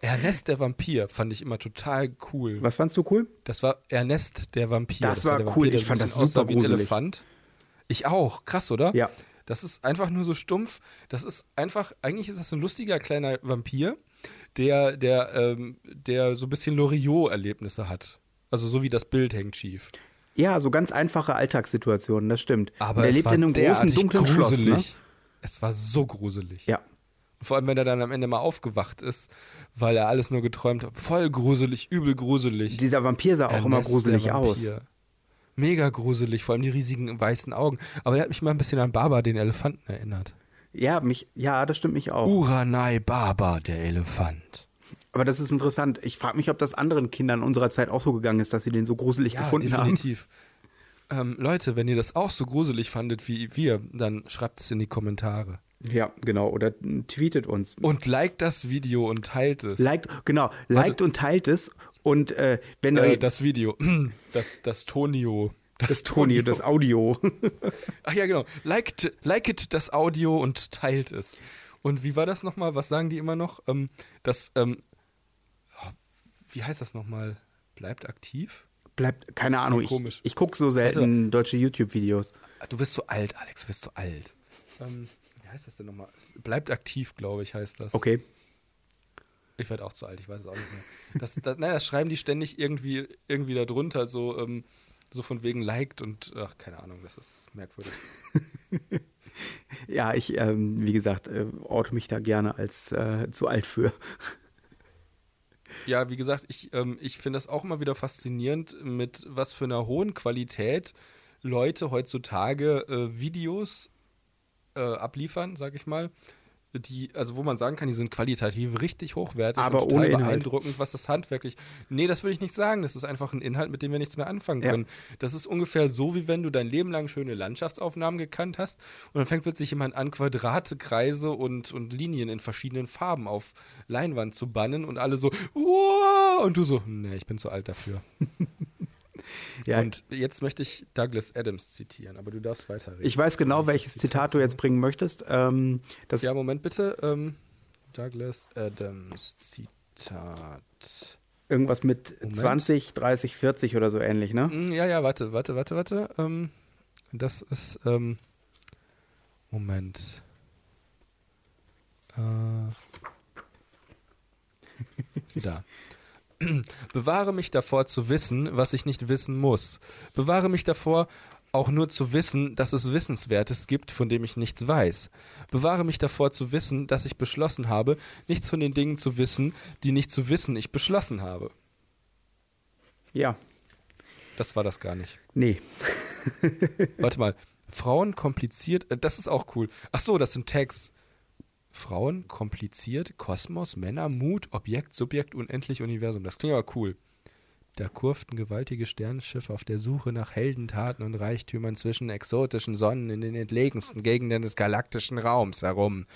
S1: Ernest der Vampir fand ich immer total cool.
S2: was fandst du cool?
S1: Das war Ernest der Vampir.
S2: Das war
S1: der
S2: cool,
S1: der
S2: ich
S1: so
S2: fand
S1: ein
S2: das
S1: bisschen aussah
S2: super
S1: wie ein
S2: gruselig.
S1: Elefant. Ich auch, krass, oder?
S2: Ja.
S1: Das ist einfach nur so stumpf. Das ist einfach, eigentlich ist das ein lustiger kleiner Vampir, der, der, ähm, der so ein bisschen Loriot-Erlebnisse hat. Also so wie das Bild hängt schief.
S2: Ja, so ganz einfache Alltagssituationen, das stimmt.
S1: Aber
S2: Und er
S1: es
S2: lebt
S1: war
S2: in einem großen,
S1: derartig
S2: dunklen
S1: gruselig.
S2: Schloss. Ne?
S1: Es war so gruselig.
S2: Ja.
S1: Vor allem, wenn er dann am Ende mal aufgewacht ist, weil er alles nur geträumt hat. Voll gruselig, übel gruselig.
S2: Dieser Vampir sah auch immer
S1: Ernest,
S2: gruselig
S1: der
S2: aus.
S1: Vampir. Mega gruselig, vor allem die riesigen weißen Augen. Aber der hat mich mal ein bisschen an Baba, den Elefanten, erinnert.
S2: Ja, mich, ja, das stimmt mich
S1: Uh.
S2: auch.
S1: Uranai Baba, der Elefant.
S2: Aber das ist interessant. Ich frage mich, ob das anderen Kindern unserer Zeit auch so gegangen ist, dass sie den so gruselig gefunden haben.
S1: definitiv. Ähm, Leute, wenn ihr das auch so gruselig fandet wie wir, dann schreibt es in die Kommentare.
S2: Ja, genau. Oder mm, tweetet uns.
S1: Und liked das Video und teilt es.
S2: Liked, genau, liked und teilt es. Und äh, wenn
S1: äh,
S2: euch
S1: das Video. Das, das Tonio.
S2: das Tonio, das Audio.
S1: Ach ja, genau. Liked, liket das Audio und teilt es. Und wie war das nochmal? Was sagen die immer noch? Ähm, das, ähm, oh, wie heißt das nochmal? Bleibt aktiv?
S2: Bleibt, keine
S1: ist
S2: Ahnung,
S1: voll
S2: ich,
S1: komisch.
S2: ich gucke so selten deutsche YouTube-Videos.
S1: Ah, Du bist so alt, Alex, du bist so alt. Ähm, wie heißt das denn nochmal? Es Bleibt aktiv, glaube ich, heißt das.
S2: Okay.
S1: Ich werde auch zu alt, ich weiß es auch nicht mehr. Das, das, naja, das schreiben die ständig irgendwie, irgendwie da drunter, so, ähm, so von wegen liked und, ach, keine Ahnung, das ist merkwürdig.
S2: Ja, ich, ähm, wie gesagt, äh, orte mich da gerne als äh, zu alt für.
S1: Ja, wie gesagt, ich, ähm, ich finde das auch immer wieder faszinierend, mit was für einer hohen Qualität Leute heutzutage äh, Videos äh, abliefern, sag ich mal, die, also wo man sagen kann, die sind qualitativ richtig hochwertig
S2: Aber
S1: und total
S2: ohne Inhalt.
S1: beeindruckend, was das handwerklich. Nee, das würde ich nicht sagen. Das ist einfach ein Inhalt, mit dem wir nichts mehr anfangen
S2: Ja.
S1: können. Das ist ungefähr so, wie wenn du dein Leben lang schöne Landschaftsaufnahmen gekannt hast und dann fängt plötzlich jemand an, Quadrate, Kreise und, und Linien in verschiedenen Farben auf Leinwand zu bannen und alle so, wow! Und du so, nee, ich bin zu alt dafür.
S2: Ja,
S1: Und jetzt möchte ich Douglas Adams zitieren, aber du darfst weiterreden.
S2: ich weiß genau, welches Zitat du jetzt bringen möchtest. Ähm, das,
S1: ja, Moment bitte. Ähm, Douglas Adams Zitat.
S2: Irgendwas mit
S1: Moment.
S2: 20, 30, 40 oder so ähnlich, ne?
S1: Hm, Ja, ja, warte, warte, warte, warte. Ähm, das ist. Ähm, Moment. Äh, da. Bewahre mich davor zu wissen, was ich nicht wissen muss. Bewahre mich davor, auch nur zu wissen, dass es Wissenswertes gibt, von dem ich nichts weiß. Bewahre mich davor zu wissen, dass ich beschlossen habe, nichts von den Dingen zu wissen, die nicht zu wissen ich beschlossen habe.
S2: Ja.
S1: Das war das gar nicht.
S2: Nee.
S1: Warte mal. Frauen kompliziert, äh, das ist auch cool. Ach so, das sind Tags. Frauen kompliziert, Kosmos, Männer, Mut, Objekt, Subjekt, unendlich Universum. Das klingt aber cool. Da kurften gewaltige Sternenschiffe auf der Suche nach Heldentaten und Reichtümern zwischen exotischen Sonnen in den entlegensten Gegenden des galaktischen Raums herum.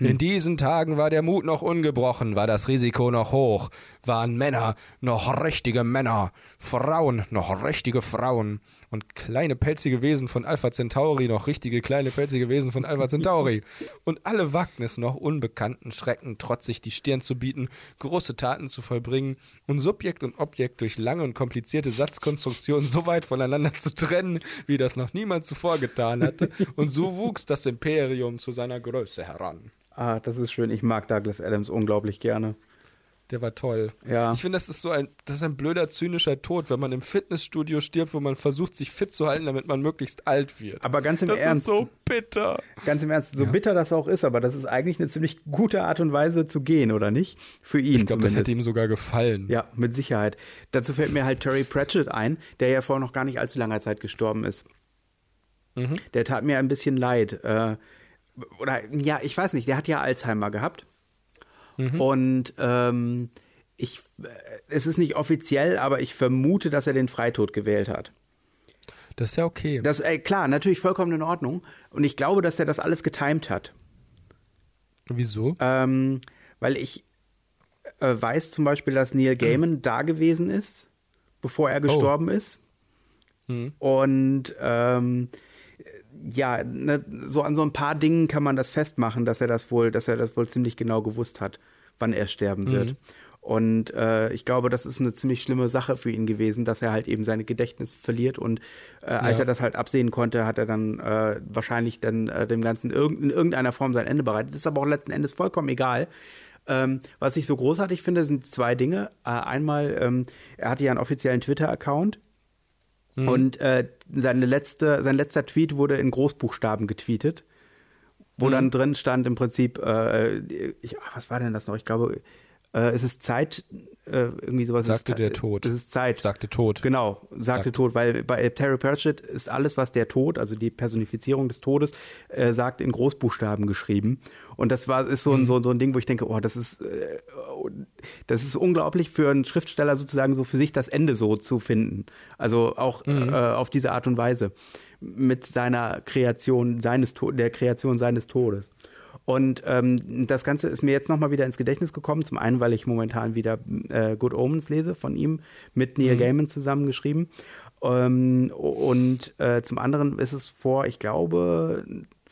S1: In diesen Tagen war der Mut noch ungebrochen, war das Risiko noch hoch, waren Männer noch richtige Männer, Frauen noch richtige Frauen und kleine pelzige Wesen von Alpha Centauri noch richtige kleine pelzige Wesen von Alpha Centauri. Und alle Wagnis noch unbekannten Schrecken trotzig die Stirn zu bieten, große Taten zu vollbringen und Subjekt und Objekt durch lange und komplizierte Satzkonstruktionen so weit voneinander zu trennen, wie das noch niemand zuvor getan hatte. Und so wuchs das Imperium zu seiner Größe heran.
S2: Ah, das ist schön. Ich mag Douglas Adams unglaublich gerne.
S1: Der war toll.
S2: Ja.
S1: Ich finde, das ist so ein, das ist ein blöder, zynischer Tod, wenn man im Fitnessstudio stirbt, wo man versucht, sich fit zu halten, damit man möglichst alt wird.
S2: Aber ganz im
S1: das
S2: Ernst.
S1: ist so bitter.
S2: Ganz im Ernst, so bitter das auch ist, aber das ist eigentlich eine ziemlich gute Art und Weise zu gehen, oder nicht? Für ihn
S1: Ich glaube, das
S2: zumindest.
S1: hätte ihm sogar gefallen.
S2: ja, mit Sicherheit. Dazu fällt mir halt Terry Pratchett ein, der ja vor noch gar nicht allzu langer Zeit gestorben ist. Der tat mir ein bisschen leid. Äh, oder, ja, ich weiß nicht, der hat ja Alzheimer gehabt. Und ähm, ich, äh, es ist nicht offiziell, aber ich vermute, dass er den Freitod gewählt hat.
S1: Das ist ja okay.
S2: Das, äh, klar, natürlich vollkommen in Ordnung. Und ich glaube, dass er das alles getimt hat.
S1: Wieso?
S2: Ähm, weil ich äh, weiß zum Beispiel, dass Neil Gaiman da gewesen ist, bevor er gestorben ist. Und ähm, ja, ne, so an so ein paar Dingen kann man das festmachen, dass er das wohl, dass er das wohl ziemlich genau gewusst hat, wann er sterben wird. Und äh, ich glaube, das ist eine ziemlich schlimme Sache für ihn gewesen, dass er halt eben sein Gedächtnis verliert. Und äh, als
S1: Ja.
S2: er das halt absehen konnte, hat er dann äh, wahrscheinlich dann äh, dem Ganzen irgend, in irgendeiner Form sein Ende bereitet. Ist aber auch letzten Endes vollkommen egal. Ähm, was ich so großartig finde, sind zwei Dinge. Äh, einmal, ähm, er hatte ja einen offiziellen Twitter-Account.
S1: Mhm.
S2: Und äh, seine letzte, sein letzter Tweet wurde in Großbuchstaben getweetet,
S1: Mhm.
S2: wo dann drin stand im Prinzip, äh, ich, ah, was war denn das noch? Ich glaube, äh, es ist Zeit, äh, irgendwie sowas.
S1: Sagte
S2: es ist,
S1: der
S2: Zeit-
S1: Tod.
S2: Es ist Zeit.
S1: Sagte Tod.
S2: Genau, sagte
S1: Sagte.
S2: Tod, weil bei Terry Pratchett ist alles, was der Tod, also die Personifizierung des Todes, äh, sagt, in Großbuchstaben geschrieben. Und das war ist so
S1: Mhm.
S2: ein, so, so ein Ding, wo ich denke, oh, das ist, äh, oh, das ist unglaublich für einen Schriftsteller sozusagen so für sich das Ende so zu finden. Also auch äh, auf diese Art und Weise mit seiner Kreation seines To- der Kreation seines Todes. Und ähm, das Ganze ist mir jetzt nochmal wieder ins Gedächtnis gekommen. Zum einen, weil ich momentan wieder äh, Good Omens lese von ihm, mit Neil Gaiman zusammengeschrieben. Ähm, und äh, zum anderen ist es vor, ich glaube,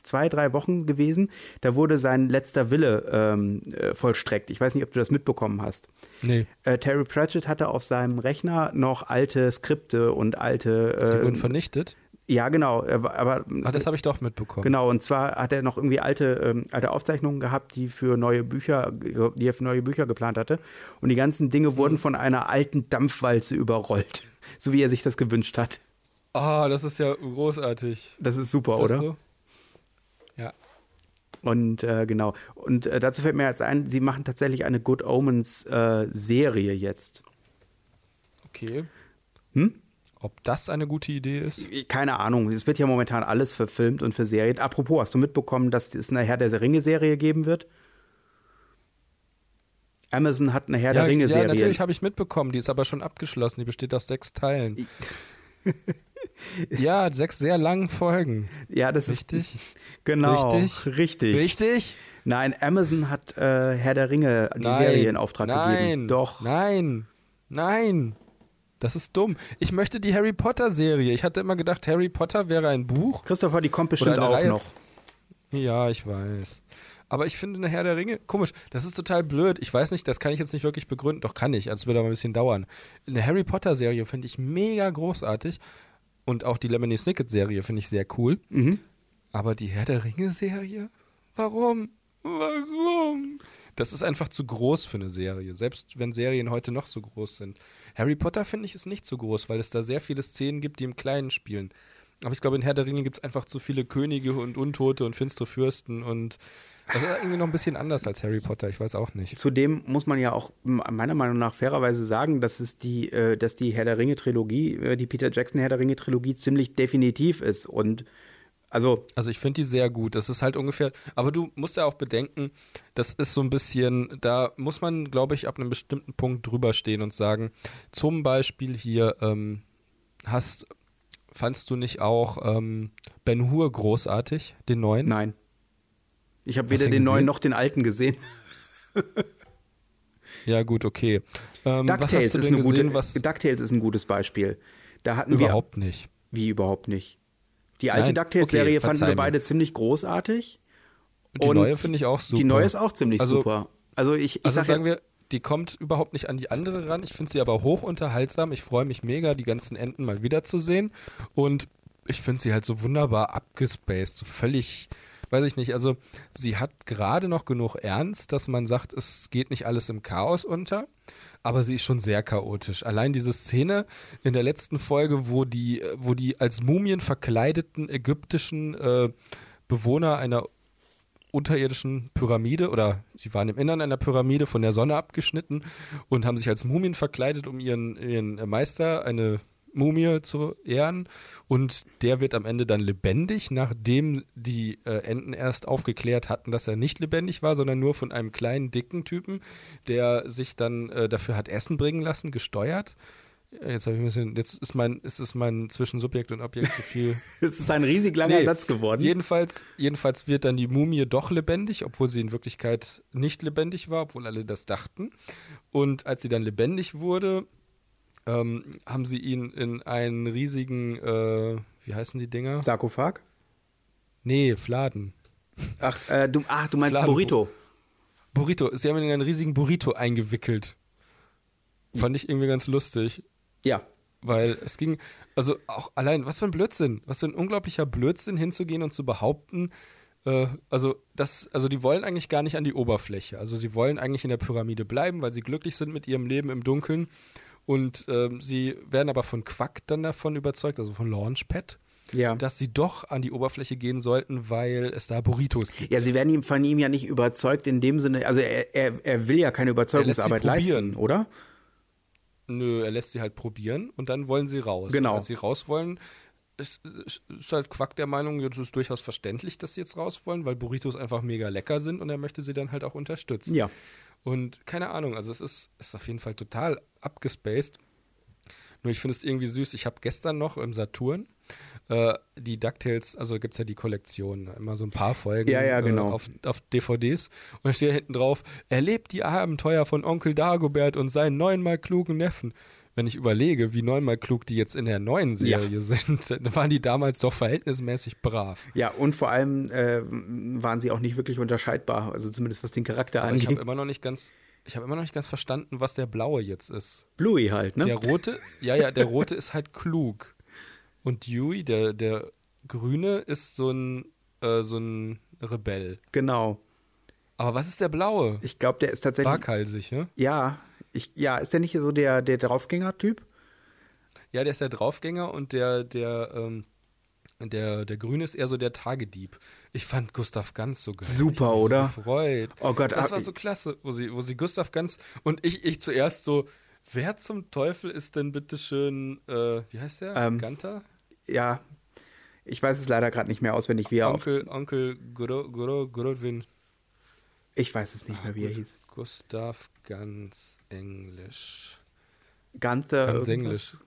S2: zwei, drei Wochen gewesen. Da wurde sein letzter Wille ähm, äh, vollstreckt. Ich weiß nicht, ob du das mitbekommen hast.
S1: Nee,
S2: Äh, Terry Pratchett hatte auf seinem Rechner noch alte Skripte und alte.
S1: wurden
S2: Äh,
S1: vernichtet.
S2: ja, genau. er war- Aber
S1: Ah, das habe ich doch mitbekommen.
S2: Genau, und zwar hat er noch irgendwie alte, ähm, alte Aufzeichnungen gehabt, die für neue Bücher, die er für neue Bücher geplant hatte. Und die ganzen Dinge
S1: Mhm.
S2: wurden von einer alten Dampfwalze überrollt, so wie er sich das gewünscht hat.
S1: Ah, das ist ja großartig.
S2: Das ist super,
S1: Ist
S2: oder?
S1: das so? Ja.
S2: Und äh, genau. Und äh, dazu fällt mir jetzt ein, sie machen tatsächlich eine Good Omens äh, Serie jetzt.
S1: Okay.
S2: Hm?
S1: Ob das eine gute Idee ist?
S2: Keine Ahnung. Es wird ja momentan alles verfilmt und für Serien. Apropos, hast du mitbekommen, dass es eine Herr der Ringe-Serie geben wird? Amazon hat eine Herr der Ringe-Serie.
S1: Ja, natürlich habe ich mitbekommen. Die ist aber schon abgeschlossen. Die besteht aus sechs Teilen. ja, sechs sehr langen Folgen.
S2: Ja, das
S1: Richtig?
S2: ist genau
S1: Richtig?
S2: richtig.
S1: Richtig?
S2: Nein, Amazon hat äh, Herr der Ringe die Serie in Auftrag
S1: nein,
S2: gegeben. Doch.
S1: Nein, nein. Das ist dumm. Ich möchte die Harry Potter-Serie. Ich hatte immer gedacht, Harry Potter wäre ein Buch.
S2: Christopher, die kommt bestimmt
S1: eine
S2: auch
S1: Reihe.
S2: noch.
S1: Ja, ich weiß. Aber ich finde eine Herr der Ringe, komisch, das ist total blöd. Ich weiß nicht, das kann ich jetzt nicht wirklich begründen, doch kann ich, also wird aber ein bisschen dauern. Eine Harry Potter Serie finde ich mega großartig und auch die Lemony Snicket Serie finde ich sehr cool.
S2: Mhm.
S1: Aber die Herr der Ringe Serie? Warum? Warum? Das ist einfach zu groß für eine Serie, selbst wenn Serien heute noch so groß sind. Harry Potter finde ich ist nicht so groß, weil es da sehr viele Szenen gibt, die im Kleinen spielen. Aber ich glaube, in Herr der Ringe gibt es einfach zu viele Könige und Untote und finstere Fürsten und das ist irgendwie noch ein bisschen anders als Harry Potter, ich weiß auch nicht.
S2: Zudem muss man ja auch m- meiner Meinung nach fairerweise sagen, dass es die, äh, dass die Herr der Ringe Trilogie, äh, die Peter Jackson Herr der Ringe Trilogie ziemlich definitiv ist und also
S1: Also ich finde die sehr gut. Das ist halt ungefähr, aber du musst ja auch bedenken, das ist so ein bisschen, da muss man, glaube ich, ab einem bestimmten Punkt drüber stehen und sagen, zum Beispiel hier, ähm, hast, fandst du nicht auch ähm, Ben Hur großartig, den neuen?
S2: nein. Ich habe
S1: Hast
S2: weder
S1: du ihn
S2: den neuen
S1: gesehen?
S2: noch den alten gesehen.
S1: Ja gut, okay. Ähm, was hast
S2: DuckTales
S1: du
S2: ist
S1: denn
S2: eine
S1: gesehen,
S2: gute
S1: was
S2: DuckTales ist ein gutes Beispiel. Da hatten
S1: überhaupt nicht.
S2: wir wie überhaupt nicht. Die alte
S1: Nein?
S2: DuckTales Serie
S1: Okay,
S2: fanden
S1: verzeih
S2: wir
S1: mir.
S2: beide ziemlich großartig.
S1: Die
S2: Und
S1: neue finde ich auch super.
S2: Die neue ist auch ziemlich
S1: Also-
S2: super. Also ich, ich
S1: also
S2: sag ja,
S1: sagen wir, die kommt überhaupt nicht an die andere ran. Ich finde sie aber hoch unterhaltsam. Ich freue mich mega, die ganzen Enten mal wiederzusehen. Und ich finde sie halt so wunderbar abgespaced, so völlig, weiß ich nicht. Also sie hat gerade noch genug Ernst, dass man sagt, es geht nicht alles im Chaos unter. Aber sie ist schon sehr chaotisch. Allein diese Szene in der letzten Folge, wo die, wo die als Mumien verkleideten ägyptischen äh, Bewohner einer unterirdischen Pyramide oder sie waren im Innern einer Pyramide von der Sonne abgeschnitten und haben sich als Mumien verkleidet, um ihren, ihren Meister, eine Mumie zu ehren. Und der wird am Ende dann lebendig, nachdem die äh, Enten erst aufgeklärt hatten, dass er nicht lebendig war, sondern nur von einem kleinen, dicken Typen, der sich dann äh, dafür hat Essen bringen lassen, gesteuert. Äh, Jetzt habe ich ein bisschen, jetzt ist mein, ist es mein zwischen Subjekt und Objekt zu viel
S2: es ist ein riesig langer
S1: Nee.
S2: Satz geworden.
S1: Jedenfalls, jedenfalls wird dann die Mumie doch lebendig, obwohl sie in Wirklichkeit nicht lebendig war, obwohl alle das dachten. Und als sie dann lebendig wurde, ähm, haben sie ihn in einen riesigen, äh, wie heißen die Dinger?
S2: Sarkophag?
S1: Nee, Fladen.
S2: Ach, äh, du, ach, du meinst
S1: Fladenbrot.
S2: Burrito.
S1: Burrito. Sie haben ihn in einen riesigen Burrito eingewickelt. Fand ich irgendwie ganz lustig.
S2: Ja.
S1: Weil es ging, also auch allein, was für ein Blödsinn, was für ein unglaublicher Blödsinn hinzugehen und zu behaupten, äh, also das, also die wollen eigentlich gar nicht an die Oberfläche. Also sie wollen eigentlich in der Pyramide bleiben, weil sie glücklich sind mit ihrem Leben im Dunkeln. Und ähm, sie werden aber von Quack dann davon überzeugt, also von Launchpad,
S2: Ja.
S1: dass sie doch an die Oberfläche gehen sollten, weil es da Burritos gibt.
S2: ja, sie werden ihm von ihm ja nicht überzeugt in dem Sinne, also er, er, er will ja keine Überzeugungsarbeit
S1: Er lässt sie
S2: leisten, oder?
S1: Nö, er lässt sie halt probieren und dann wollen sie raus.
S2: Genau.
S1: Und Als sie raus wollen, ist, ist ist halt Quack der Meinung, ja, das ist durchaus verständlich, dass sie jetzt raus wollen, weil Burritos einfach mega lecker sind und er möchte sie dann halt auch unterstützen.
S2: Ja.
S1: Und keine Ahnung, also es ist, ist auf jeden Fall total abgespaced. Nur ich finde es irgendwie süß. Ich habe gestern noch im Saturn äh, die DuckTales, also gibt es ja die Kollektion, immer so ein paar Folgen
S2: Ja, ja, genau.
S1: äh, auf, auf DVDs. Und da steht ja hinten drauf, erlebt die Abenteuer von Onkel Dagobert und seinen neunmal klugen Neffen. Wenn ich überlege, wie neunmal klug die jetzt in der neuen
S2: Ja.
S1: Serie sind, dann waren die damals doch verhältnismäßig brav.
S2: Ja, und vor allem äh, waren sie auch nicht wirklich unterscheidbar, also zumindest was den Charakter
S1: Aber ich habe
S2: angeht.
S1: immer noch nicht ganz, ich habe immer noch nicht ganz verstanden, was der Blaue jetzt ist.
S2: Bluey halt, ne?
S1: Der rote, ja, ja, der rote ist halt klug. Und Dewey, der, der grüne, ist so ein, äh, so ein Rebell.
S2: Genau.
S1: Aber was ist der blaue?
S2: Ich glaube, der ist tatsächlich.
S1: Waghalsig, ne?
S2: Ja, ich, ja, ist der nicht so der, der Draufgänger-Typ?
S1: Ja, der ist der Draufgänger und der, der, ähm, der, der Grüne ist eher so der Tagedieb. Ich fand Gustav Ganz so geil.
S2: Super,
S1: ich hab mich
S2: oder?
S1: So gefreut.
S2: Oh Gott,
S1: das
S2: ah,
S1: war so klasse, wo sie, wo sie Gustav Ganz und ich, ich zuerst so, Wer zum Teufel ist denn bitteschön, äh, wie heißt der?
S2: Ähm,
S1: Ganter?
S2: Ja, ich weiß es leider gerade nicht mehr auswendig, wie er auf.
S1: Onkel, Onkel Gro, Gro, Grodwin.
S2: Ich weiß es nicht mehr, wie er hieß.
S1: Gustav ganz Englisch.
S2: Gunther.
S1: Ganz
S2: irgendwas?
S1: Englisch.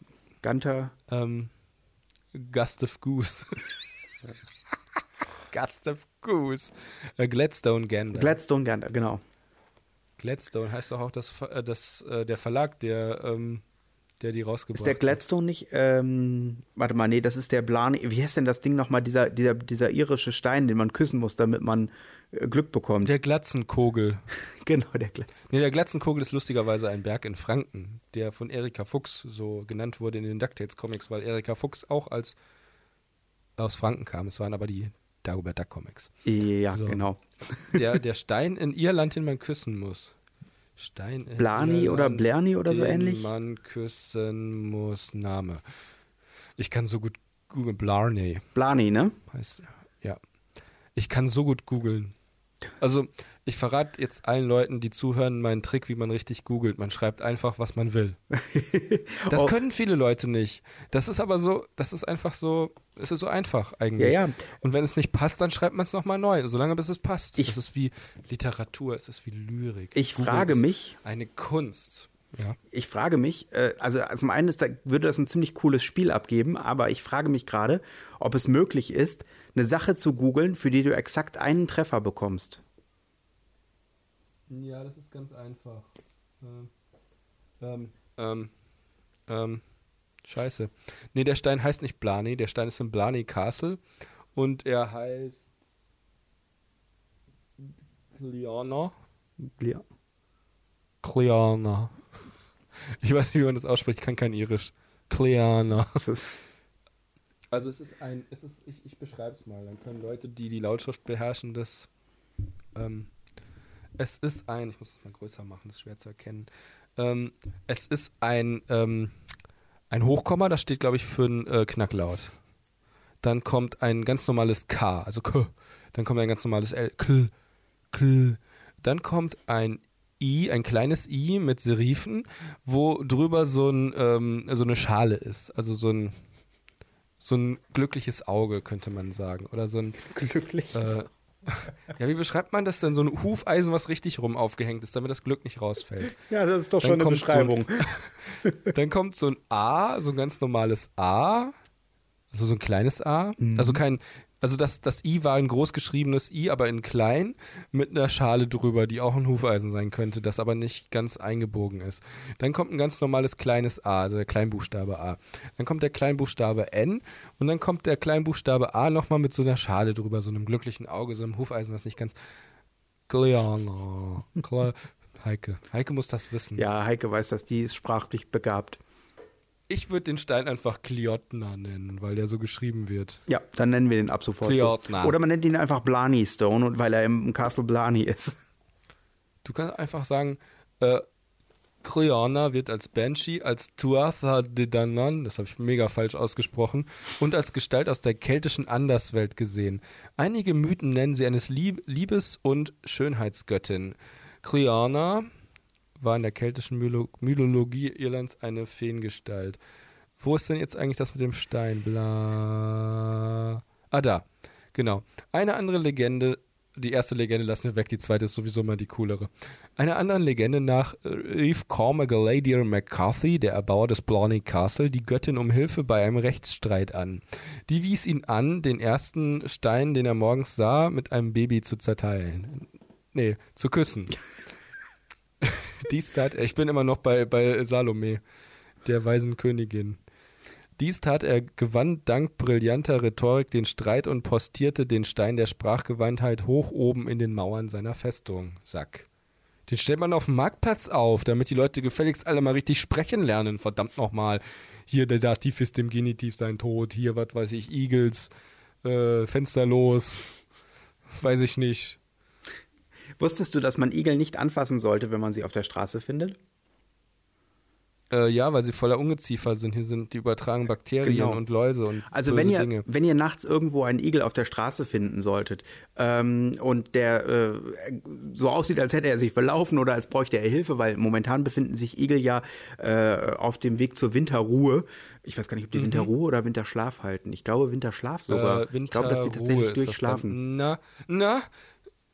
S2: Gunther.
S1: Ähm, Gustav Goose. Gustav Goose. Äh, Gladstone Gander.
S2: Gladstone Gunther, genau.
S1: Gladstone heißt doch auch das, Ver- äh, das, äh, der Verlag, der, ähm, der die rausgebracht
S2: Ist der Gladstone nicht, ähm, warte mal, nee, das ist der Plan, wie heißt denn das Ding nochmal, dieser, dieser, dieser irische Stein, den man küssen muss, damit man äh, Glück bekommt.
S1: Der Glatzenkogel.
S2: genau, der Gla
S1: Nee, der Glatzenkogel ist lustigerweise ein Berg in Franken, der von Erika Fuchs so genannt wurde in den DuckTales Comics, weil Erika Fuchs auch als aus Franken kam. Es waren aber die Dagobert Duck Comics.
S2: Ja,
S1: So.
S2: genau.
S1: Der, der Stein in Irland, den man küssen muss. Stein in
S2: Blani oder
S1: Irland,
S2: Blerni oder so
S1: den
S2: ähnlich?
S1: man küssen muss. Name. Ich kann so gut googeln. Blarney.
S2: Blani, ne?
S1: Heißt, ja. Ich kann so gut googeln. Also, ich verrate jetzt allen Leuten, die zuhören, meinen Trick, wie man richtig googelt. Man schreibt einfach, was man will. Das
S2: Oh.
S1: können viele Leute nicht. Das ist aber so, das ist einfach so, es ist so einfach
S2: Ja,
S1: eigentlich.
S2: ja.
S1: Und wenn es nicht passt, dann schreibt man es nochmal neu, solange bis es passt.
S2: Ich-
S1: es ist wie Literatur, es ist wie Lyrik.
S2: Ich
S1: Googeln
S2: frage
S1: ist
S2: mich-
S1: Eine Kunst. Ja.
S2: Ich frage mich, äh, also zum einen ist, da, würde das ein ziemlich cooles Spiel abgeben, aber ich frage mich gerade, ob es möglich ist, eine Sache zu googeln, für die du exakt einen Treffer bekommst.
S1: Ja, das ist ganz einfach. Ähm, ähm, ähm, ähm, scheiße. Nee, der Stein heißt nicht Blarney, der Stein ist in Blarney Castle und er heißt Cleona.
S2: Ja.
S1: Cleona. Ich weiß nicht, wie man das ausspricht, ich kann kein Irisch. Cleona.
S2: Das ist,
S1: Also es ist ein, es ist, ich, ich beschreibe es mal, dann können Leute, die die Lautschrift beherrschen, das, ähm, es ist ein, ich muss es mal größer machen, das ist schwer zu erkennen, ähm, es ist ein, ähm, ein Hochkomma, das steht, glaube ich, für einen äh, Knacklaut. Dann kommt ein ganz normales K, also K, dann kommt ein ganz normales L, K, K, dann kommt ein I, ein kleines I mit Serifen, wo drüber so, ein, ähm, so eine Schale ist, also so ein so ein glückliches Auge, könnte man sagen. Oder so ein.
S2: Glücklich.
S1: Äh, ja, wie beschreibt man das denn? So ein Hufeisen, was richtig rum aufgehängt ist, damit das Glück nicht rausfällt.
S2: ja, das ist doch
S1: dann kommt so ein- Dann kommt so ein A, so ein ganz normales A. Also so ein kleines A. Also kein. Also das, das I war ein großgeschriebenes I, aber in klein, mit einer Schale drüber, die auch ein Hufeisen sein könnte, das aber nicht ganz eingebogen ist. Dann kommt ein ganz normales kleines A, also der Kleinbuchstabe A. Dann kommt der Kleinbuchstabe N und dann kommt der Kleinbuchstabe A nochmal mit so einer Schale drüber, so einem glücklichen Auge, so einem Hufeisen, was nicht ganz. Kleiner. Kle Heike. Heike muss das wissen.
S2: ja, Heike weiß das, die ist sprachlich begabt.
S1: Ich würde den Stein einfach Kliotna nennen, weil der so geschrieben wird.
S2: Ja, dann nennen wir den ab sofort.
S1: Kleotna.
S2: So. Oder man nennt ihn einfach Blani Stone, und weil er im Castle Blani ist.
S1: Du kannst einfach sagen, äh, Cleona wird als Banshee, als Tuatha de Danann, das habe ich mega falsch ausgesprochen, und als Gestalt aus der keltischen Anderswelt gesehen. Einige Mythen nennen sie eines Lieb Liebes- und Schönheitsgöttin. Cleona war in der keltischen Mylo Mythologie Irlands eine Feengestalt. Wo ist denn jetzt eigentlich das mit dem Stein? Bla. Ah, da. Genau. Eine andere Legende, die erste Legende lassen wir weg, die zweite ist sowieso mal die coolere. Einer anderen Legende nach äh, rief Cormac Galadier McCarthy, der Erbauer des Blarney Castle, die Göttin um Hilfe bei einem Rechtsstreit an. Die wies ihn an, den ersten Stein, den er morgens sah, mit einem Baby zu zerteilen. Nee, zu küssen. Dies tat er, ich bin immer noch bei, bei Salome, der weisen Königin. Dies tat er, gewann dank brillanter Rhetorik den Streit und postierte den Stein der Sprachgewandtheit hoch oben in den Mauern seiner Festung. Sack. Den stellt man auf dem Marktplatz auf, damit die Leute gefälligst alle mal richtig sprechen lernen. Verdammt nochmal. Hier der Dativ ist dem Genitiv sein Tod. Hier, was weiß ich, Igels, äh, Fenster los. Weiß ich nicht.
S2: Wusstest du, dass man Igel nicht anfassen sollte, wenn man sie auf der Straße findet?
S1: Äh, ja, weil sie voller Ungeziefer sind. Hier sind die übertragen Bakterien
S2: Genau.
S1: und Läuse und
S2: Also
S1: böse
S2: wenn ihr,
S1: Dinge.
S2: wenn ihr nachts irgendwo einen Igel auf der Straße finden solltet ähm, und der äh, so aussieht, als hätte er sich verlaufen oder als bräuchte er Hilfe, weil momentan befinden sich Igel ja äh, auf dem Weg zur Winterruhe. Ich weiß gar nicht, ob die Winterruhe oder Winterschlaf halten. Ich glaube Winterschlaf sogar.
S1: Mhm. Äh,
S2: ich glaube, dass die
S1: Winterruhe
S2: tatsächlich
S1: ist das
S2: durchschlafen.
S1: dann. Na, na,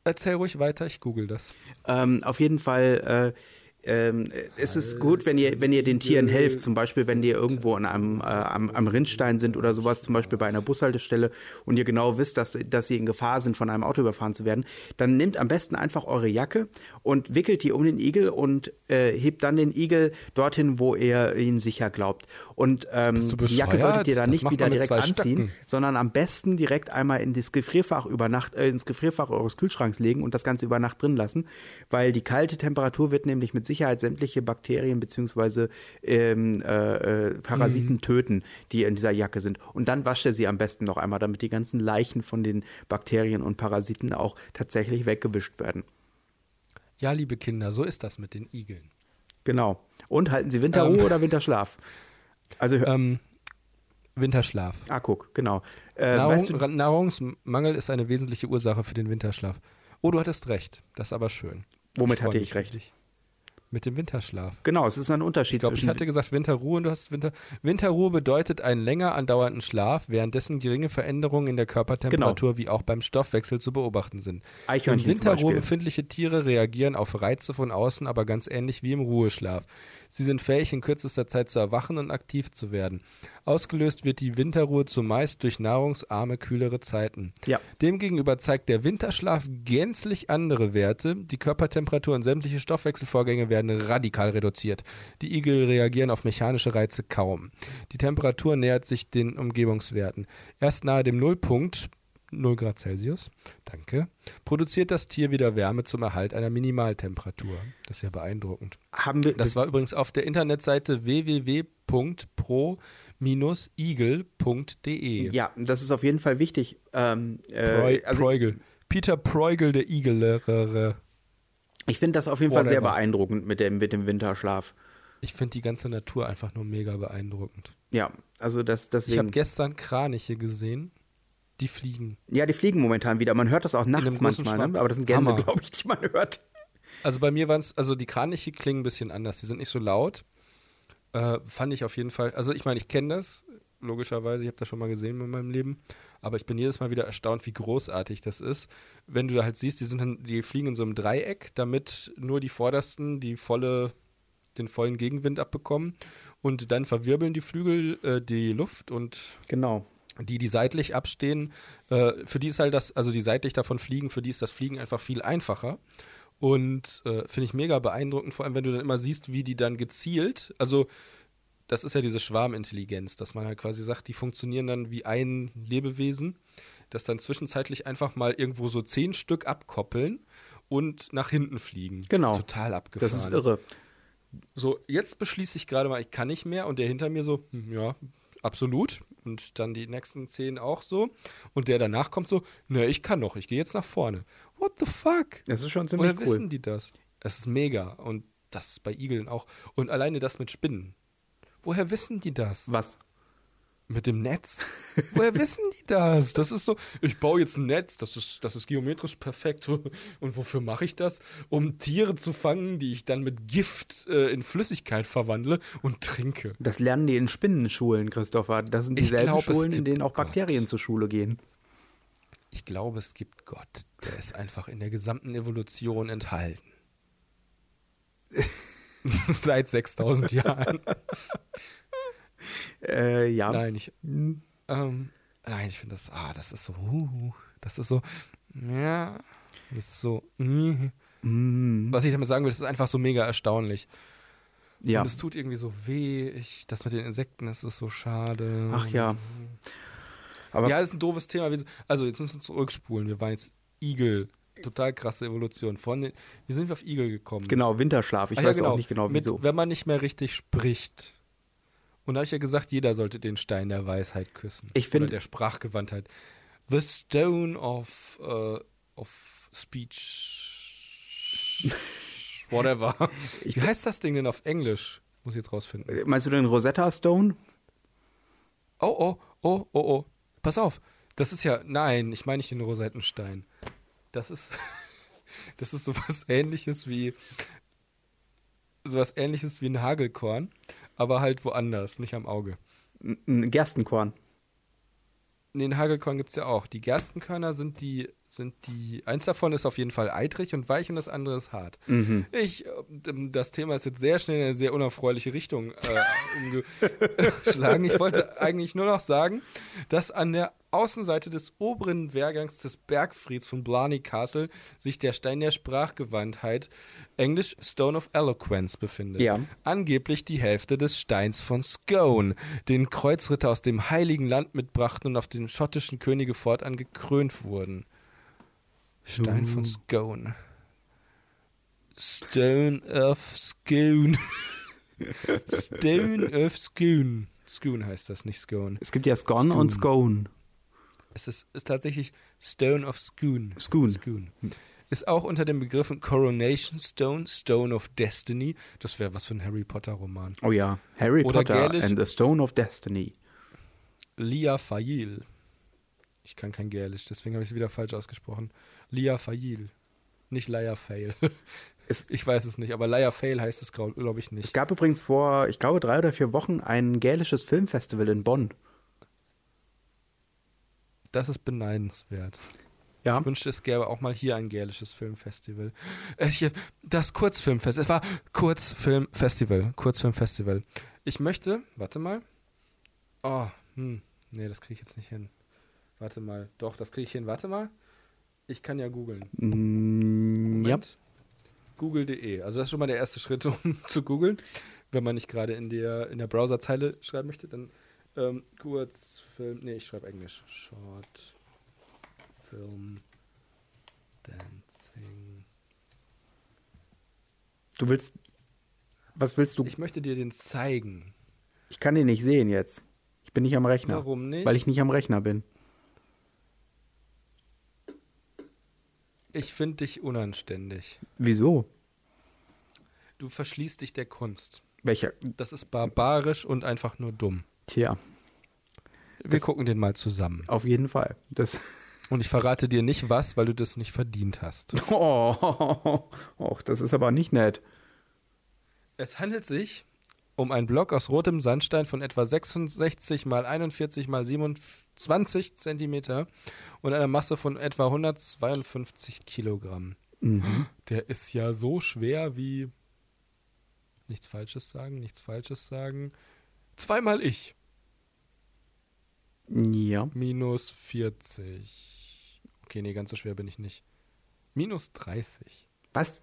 S1: erzähl ruhig weiter, ich google das.
S2: Ähm, auf jeden Fall äh, ähm, es ist gut, wenn ihr, wenn ihr den Tieren helft, zum Beispiel, wenn ihr irgendwo an einem, äh, am, am Rindstein sind oder sowas, zum Beispiel bei einer Bushaltestelle und ihr genau wisst, dass, dass sie in Gefahr sind, von einem Auto überfahren zu werden, dann nehmt am besten einfach eure Jacke und wickelt die um den Igel und äh, hebt dann den Igel dorthin, wo ihr ihn sicher glaubt. Und ähm,
S1: du
S2: die Jacke
S1: bescheuert?
S2: solltet ihr dann
S1: Das
S2: nicht
S1: macht
S2: wieder
S1: man mit
S2: direkt
S1: zwei
S2: anziehen,
S1: Stöcken.
S2: sondern am besten direkt einmal in das Gefrierfach über Nacht, äh, ins Gefrierfach eures Kühlschranks legen und das Ganze über Nacht drin lassen, weil die kalte Temperatur wird nämlich mit Sicherheit sämtliche Bakterien bzw. Ähm, äh, äh, Parasiten
S1: Mhm.
S2: töten, die in dieser Jacke sind. Und dann wascht ihr sie am besten noch einmal, damit die ganzen Leichen von den Bakterien und Parasiten auch tatsächlich weggewischt werden.
S1: Ja, liebe Kinder, so ist das mit den Igeln.
S2: Genau. Und halten Sie Winterruhe oder Winterschlaf? Also, hör-
S1: Ähm, Winterschlaf.
S2: ah, guck, genau. Äh,
S1: Nahrung,
S2: weißt du,
S1: Ra- Nahrungsmangel ist eine wesentliche Ursache für den Winterschlaf. Oh, du hattest recht. Das ist aber schön.
S2: Womit
S1: freu
S2: hatte
S1: mich
S2: ich
S1: für
S2: recht?
S1: dich. Mit dem Winterschlaf.
S2: genau, es ist ein Unterschied
S1: Ich glaube, ich
S2: zwischen
S1: hatte gesagt Winterruhe und du hast Winter. Winterruhe bedeutet einen länger andauernden Schlaf, währenddessen geringe Veränderungen in der Körpertemperatur wie auch beim Stoffwechsel zu beobachten sind.
S2: Genau. Eichhörnchen
S1: Im
S2: zum
S1: Winterruhe
S2: Beispiel.
S1: befindliche Tiere reagieren auf Reize von außen, aber ganz ähnlich wie im Ruheschlaf. Sie sind fähig, in kürzester Zeit zu erwachen und aktiv zu werden. Ausgelöst wird die Winterruhe zumeist durch nahrungsarme, kühlere Zeiten.
S2: Ja.
S1: Demgegenüber zeigt der Winterschlaf gänzlich andere Werte. Die Körpertemperatur und sämtliche Stoffwechselvorgänge werden radikal reduziert. Die Igel reagieren auf mechanische Reize kaum. Die Temperatur nähert sich den Umgebungswerten. Erst nahe dem Nullpunkt, 0 Grad Celsius, danke, produziert das Tier wieder Wärme zum Erhalt einer Minimaltemperatur. Das ist ja beeindruckend.
S2: haben wir,
S1: Das war übrigens auf der Internetseite www.pro-igel.de.
S2: Ja, das ist auf jeden Fall wichtig. Ähm,
S1: Preu,
S2: äh, also ich,
S1: Preugel. Peter Preugel, der Igelere.
S2: ich finde das auf jeden Fall sehr
S1: Whatever.
S2: beeindruckend mit dem, mit dem Winterschlaf.
S1: Ich finde die ganze Natur einfach nur mega beeindruckend.
S2: Ja, also das,
S1: Ich habe
S2: deswegen.
S1: gestern Kraniche gesehen, die fliegen.
S2: Ja, die fliegen momentan wieder. Man hört das auch
S1: einem
S2: nachts
S1: großen
S2: manchmal,
S1: Schwarm.
S2: ne? aber das sind Gänse,
S1: Hammer.
S2: glaube ich, die man hört.
S1: Also bei mir waren es, also die Kraniche klingen ein bisschen anders. Die sind nicht so laut. Äh, fand ich auf jeden Fall. Also ich meine, ich kenne das, logischerweise. Ich habe das schon mal gesehen in meinem Leben. Aber ich bin jedes Mal wieder erstaunt, wie großartig das ist. Wenn du da halt siehst, die, sind dann, die fliegen in so einem Dreieck, damit nur die vordersten die volle, den vollen Gegenwind abbekommen. Und dann verwirbeln die Flügel äh, die Luft und
S2: Genau.
S1: die, die seitlich abstehen, äh, für die ist halt das, also die seitlich davon fliegen, für die ist das Fliegen einfach viel einfacher. Und äh, finde ich mega beeindruckend, vor allem wenn du dann immer siehst, wie die dann gezielt, also das ist ja diese Schwarmintelligenz, dass man halt quasi sagt, die funktionieren dann wie ein Lebewesen, das dann zwischenzeitlich einfach mal irgendwo so zehn Stück abkoppeln und nach hinten fliegen.
S2: Genau.
S1: Total abgefahren.
S2: Das ist irre.
S1: So, jetzt beschließe ich gerade mal, ich kann nicht mehr. Und der hinter mir so, hm, ja, absolut. Und dann die nächsten zehn auch so. Und der danach kommt so, ne, ich kann noch, ich gehe jetzt nach vorne. What the fuck?
S2: Das ist schon ziemlich
S1: Woher
S2: cool.
S1: wissen die das? Es ist mega. Und das bei Igeln auch. Und alleine das mit Spinnen. Woher wissen die das?
S2: Was?
S1: Mit dem Netz? Woher wissen die das? Das ist so, ich baue jetzt ein Netz, das ist, das ist geometrisch perfekt. Und wofür mache ich das? Um Tiere zu fangen, die ich dann mit Gift äh, in Flüssigkeit verwandle und trinke.
S2: Das lernen die in Spinnenschulen, Christopher. Das sind
S1: Ich
S2: dieselben
S1: glaub, es
S2: Schulen, in
S1: gibt oh
S2: denen auch
S1: Gott.
S2: Bakterien zur Schule gehen.
S1: Ich glaube, es gibt Gott, der ist einfach in der gesamten Evolution enthalten. Seit 6000 Jahren.
S2: Äh, ja.
S1: Nein, ich. Ähm, nein, ich finde das. Ah, das ist so. Uh, das ist so. Ja. Das ist so. mhm.
S2: Hm.
S1: Was ich damit sagen will, das ist einfach so mega erstaunlich.
S2: ja.
S1: Und es tut irgendwie so weh. Ich, das mit den Insekten, das ist so schade.
S2: Ach ja. Aber
S1: Ja, ist ein doofes Thema. Wir- Also, jetzt müssen wir zurückspulen. Wir waren jetzt Igel. Total krasse Evolution. Von den, wie sind wir auf Igel gekommen?
S2: genau, Winterschlaf. Ich
S1: Ach Ah, ja,
S2: weiß auch nicht genau, wieso.
S1: Mit, wenn man nicht mehr richtig spricht. Und da habe ich ja gesagt, jeder sollte den Stein der Weisheit küssen.
S2: Ich find-
S1: Oder der Sprachgewandtheit. The Stone of, äh, of Speech. Whatever.
S2: Ich-
S1: Wie heißt das Ding denn auf Englisch? Muss ich jetzt rausfinden.
S2: Meinst du den Rosetta Stone?
S1: Oh, oh, oh, oh, oh. Pass auf. Das ist ja, nein, ich meine nicht den Rosettenstein. Das ist, das ist sowas ähnliches wie, sowas ähnliches wie ein Hagelkorn, aber halt woanders, nicht am Auge.
S2: N- Ein Gerstenkorn.
S1: Nee, ein Hagelkorn gibt's ja auch. Die Gerstenkörner sind die, sind die, eins davon ist auf jeden Fall eitrig und weich und das andere ist hart. Ich, ähm, das Thema ist jetzt sehr schnell in eine sehr unerfreuliche Richtung äh, umgeschlagen. Ich wollte eigentlich nur noch sagen, dass an der Außenseite des oberen Wehrgangs des Bergfrieds von Blarney Castle sich der Stein der Sprachgewandtheit, englisch Stone of Eloquence, befindet.
S2: Ja.
S1: Angeblich die Hälfte des Steins von Scone, den Kreuzritter aus dem Heiligen Land mitbrachten und auf dem schottischen Könige fortan gekrönt wurden. Stein von Scone. Stone of Scone. Stone of Scone. Scone heißt das, nicht Scone.
S2: Es gibt ja Scone und Scone.
S1: Es ist, ist tatsächlich Stone of Scone.
S2: Scone.
S1: Ist auch unter den Begriffen Coronation Stone, Stone of Destiny. Das wäre was für ein Harry Potter Roman.
S2: Oh ja, Harry
S1: Oder
S2: Potter
S1: gälisch-
S2: and the Stone of Destiny.
S1: Lia Fayil. Ich kann kein Gälisch, deswegen habe ich es wieder falsch ausgesprochen. Lia Fayil. Nicht Lia Fail.
S2: Es-
S1: ich weiß es nicht, aber Lia Fail heißt es, glaube ich,
S2: Es
S1: nicht.
S2: gab übrigens vor, ich glaube, drei oder vier Wochen ein gälisches Filmfestival in Bonn.
S1: Das ist beneidenswert.
S2: Ja,
S1: Ich wünschte, es gäbe auch mal hier ein gälisches Filmfestival. Äh, hier, das Kurzfilmfest. Es war Kurzfilmfestival. Kurzfilmfestival. Ich möchte, warte mal. Oh, hm. Nee, das kriege ich jetzt nicht hin. Warte mal. Doch, das kriege ich hin. Warte mal. Ich kann ja googeln.
S2: mm, ja.
S1: Moment. Google.de. Also das ist schon mal der erste Schritt, um zu googeln. Wenn man nicht gerade in der, in der Browserzeile schreiben möchte, dann ähm, kurz Film. Nee, ich schreibe Englisch. Short Film Dancing.
S2: du willst, was willst du?
S1: Ich möchte dir den zeigen.
S2: Ich kann den nicht sehen jetzt. Ich bin nicht am Rechner.
S1: Warum nicht?
S2: Weil ich nicht am Rechner bin.
S1: Ich finde dich unanständig.
S2: Wieso?
S1: Du verschließt dich der Kunst.
S2: Welcher?
S1: Das ist barbarisch und einfach nur dumm.
S2: Tja,
S1: Wir
S2: Das-
S1: gucken den mal zusammen.
S2: auf jeden Fall. Das.
S1: Und ich verrate dir nicht was, weil du das nicht verdient hast.
S2: Oh, och, das ist aber nicht nett.
S1: Es handelt sich um einen Block aus rotem Sandstein von etwa 66 mal 41 mal 27 Zentimeter und einer Masse von etwa 152 Kilogramm.
S2: Mhm.
S1: Der ist ja so schwer wie nichts Falsches sagen, nichts Falsches sagen. Zweimal ich
S2: Ja.
S1: minus 40. Okay, nee, ganz so schwer bin ich nicht. Minus 30.
S2: Was?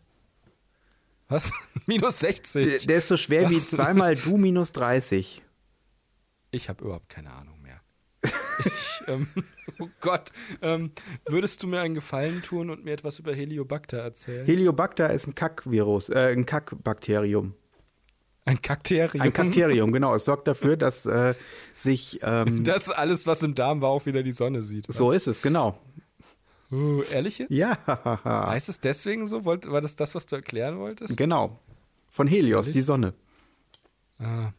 S1: Was? minus 60.
S2: Der, der ist so schwer wie
S1: Was?
S2: zweimal du minus 30.
S1: Ich habe überhaupt keine Ahnung mehr. ich, ähm, oh Gott, ähm, würdest du mir einen Gefallen tun und mir etwas über Heliobacter erzählen?
S2: Heliobacter ist ein Kackvirus, äh, ein Kackbakterium.
S1: ein Kakterium.
S2: Ein Kakterium, genau. Es sorgt dafür, dass äh, sich. Ähm,
S1: Das ist alles, was im Darm war, auch wieder die Sonne sieht.
S2: so ist es, genau.
S1: Was? Uh, ehrlich jetzt?
S2: Ja,
S1: Heißt es deswegen so? Wollt, war das das, was du erklären wolltest?
S2: genau. Von Helios, die Sonne.
S1: ah.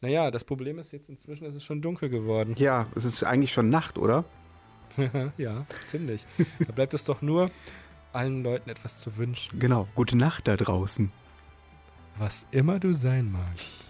S1: Naja, das Problem ist jetzt inzwischen, ist es ist schon dunkel geworden. ne?
S2: Ja, es ist eigentlich schon Nacht, oder?
S1: ja, ziemlich. da bleibt es doch nur, allen Leuten etwas zu wünschen.
S2: Genau. Gute Nacht da draußen.
S1: Was immer du sein magst.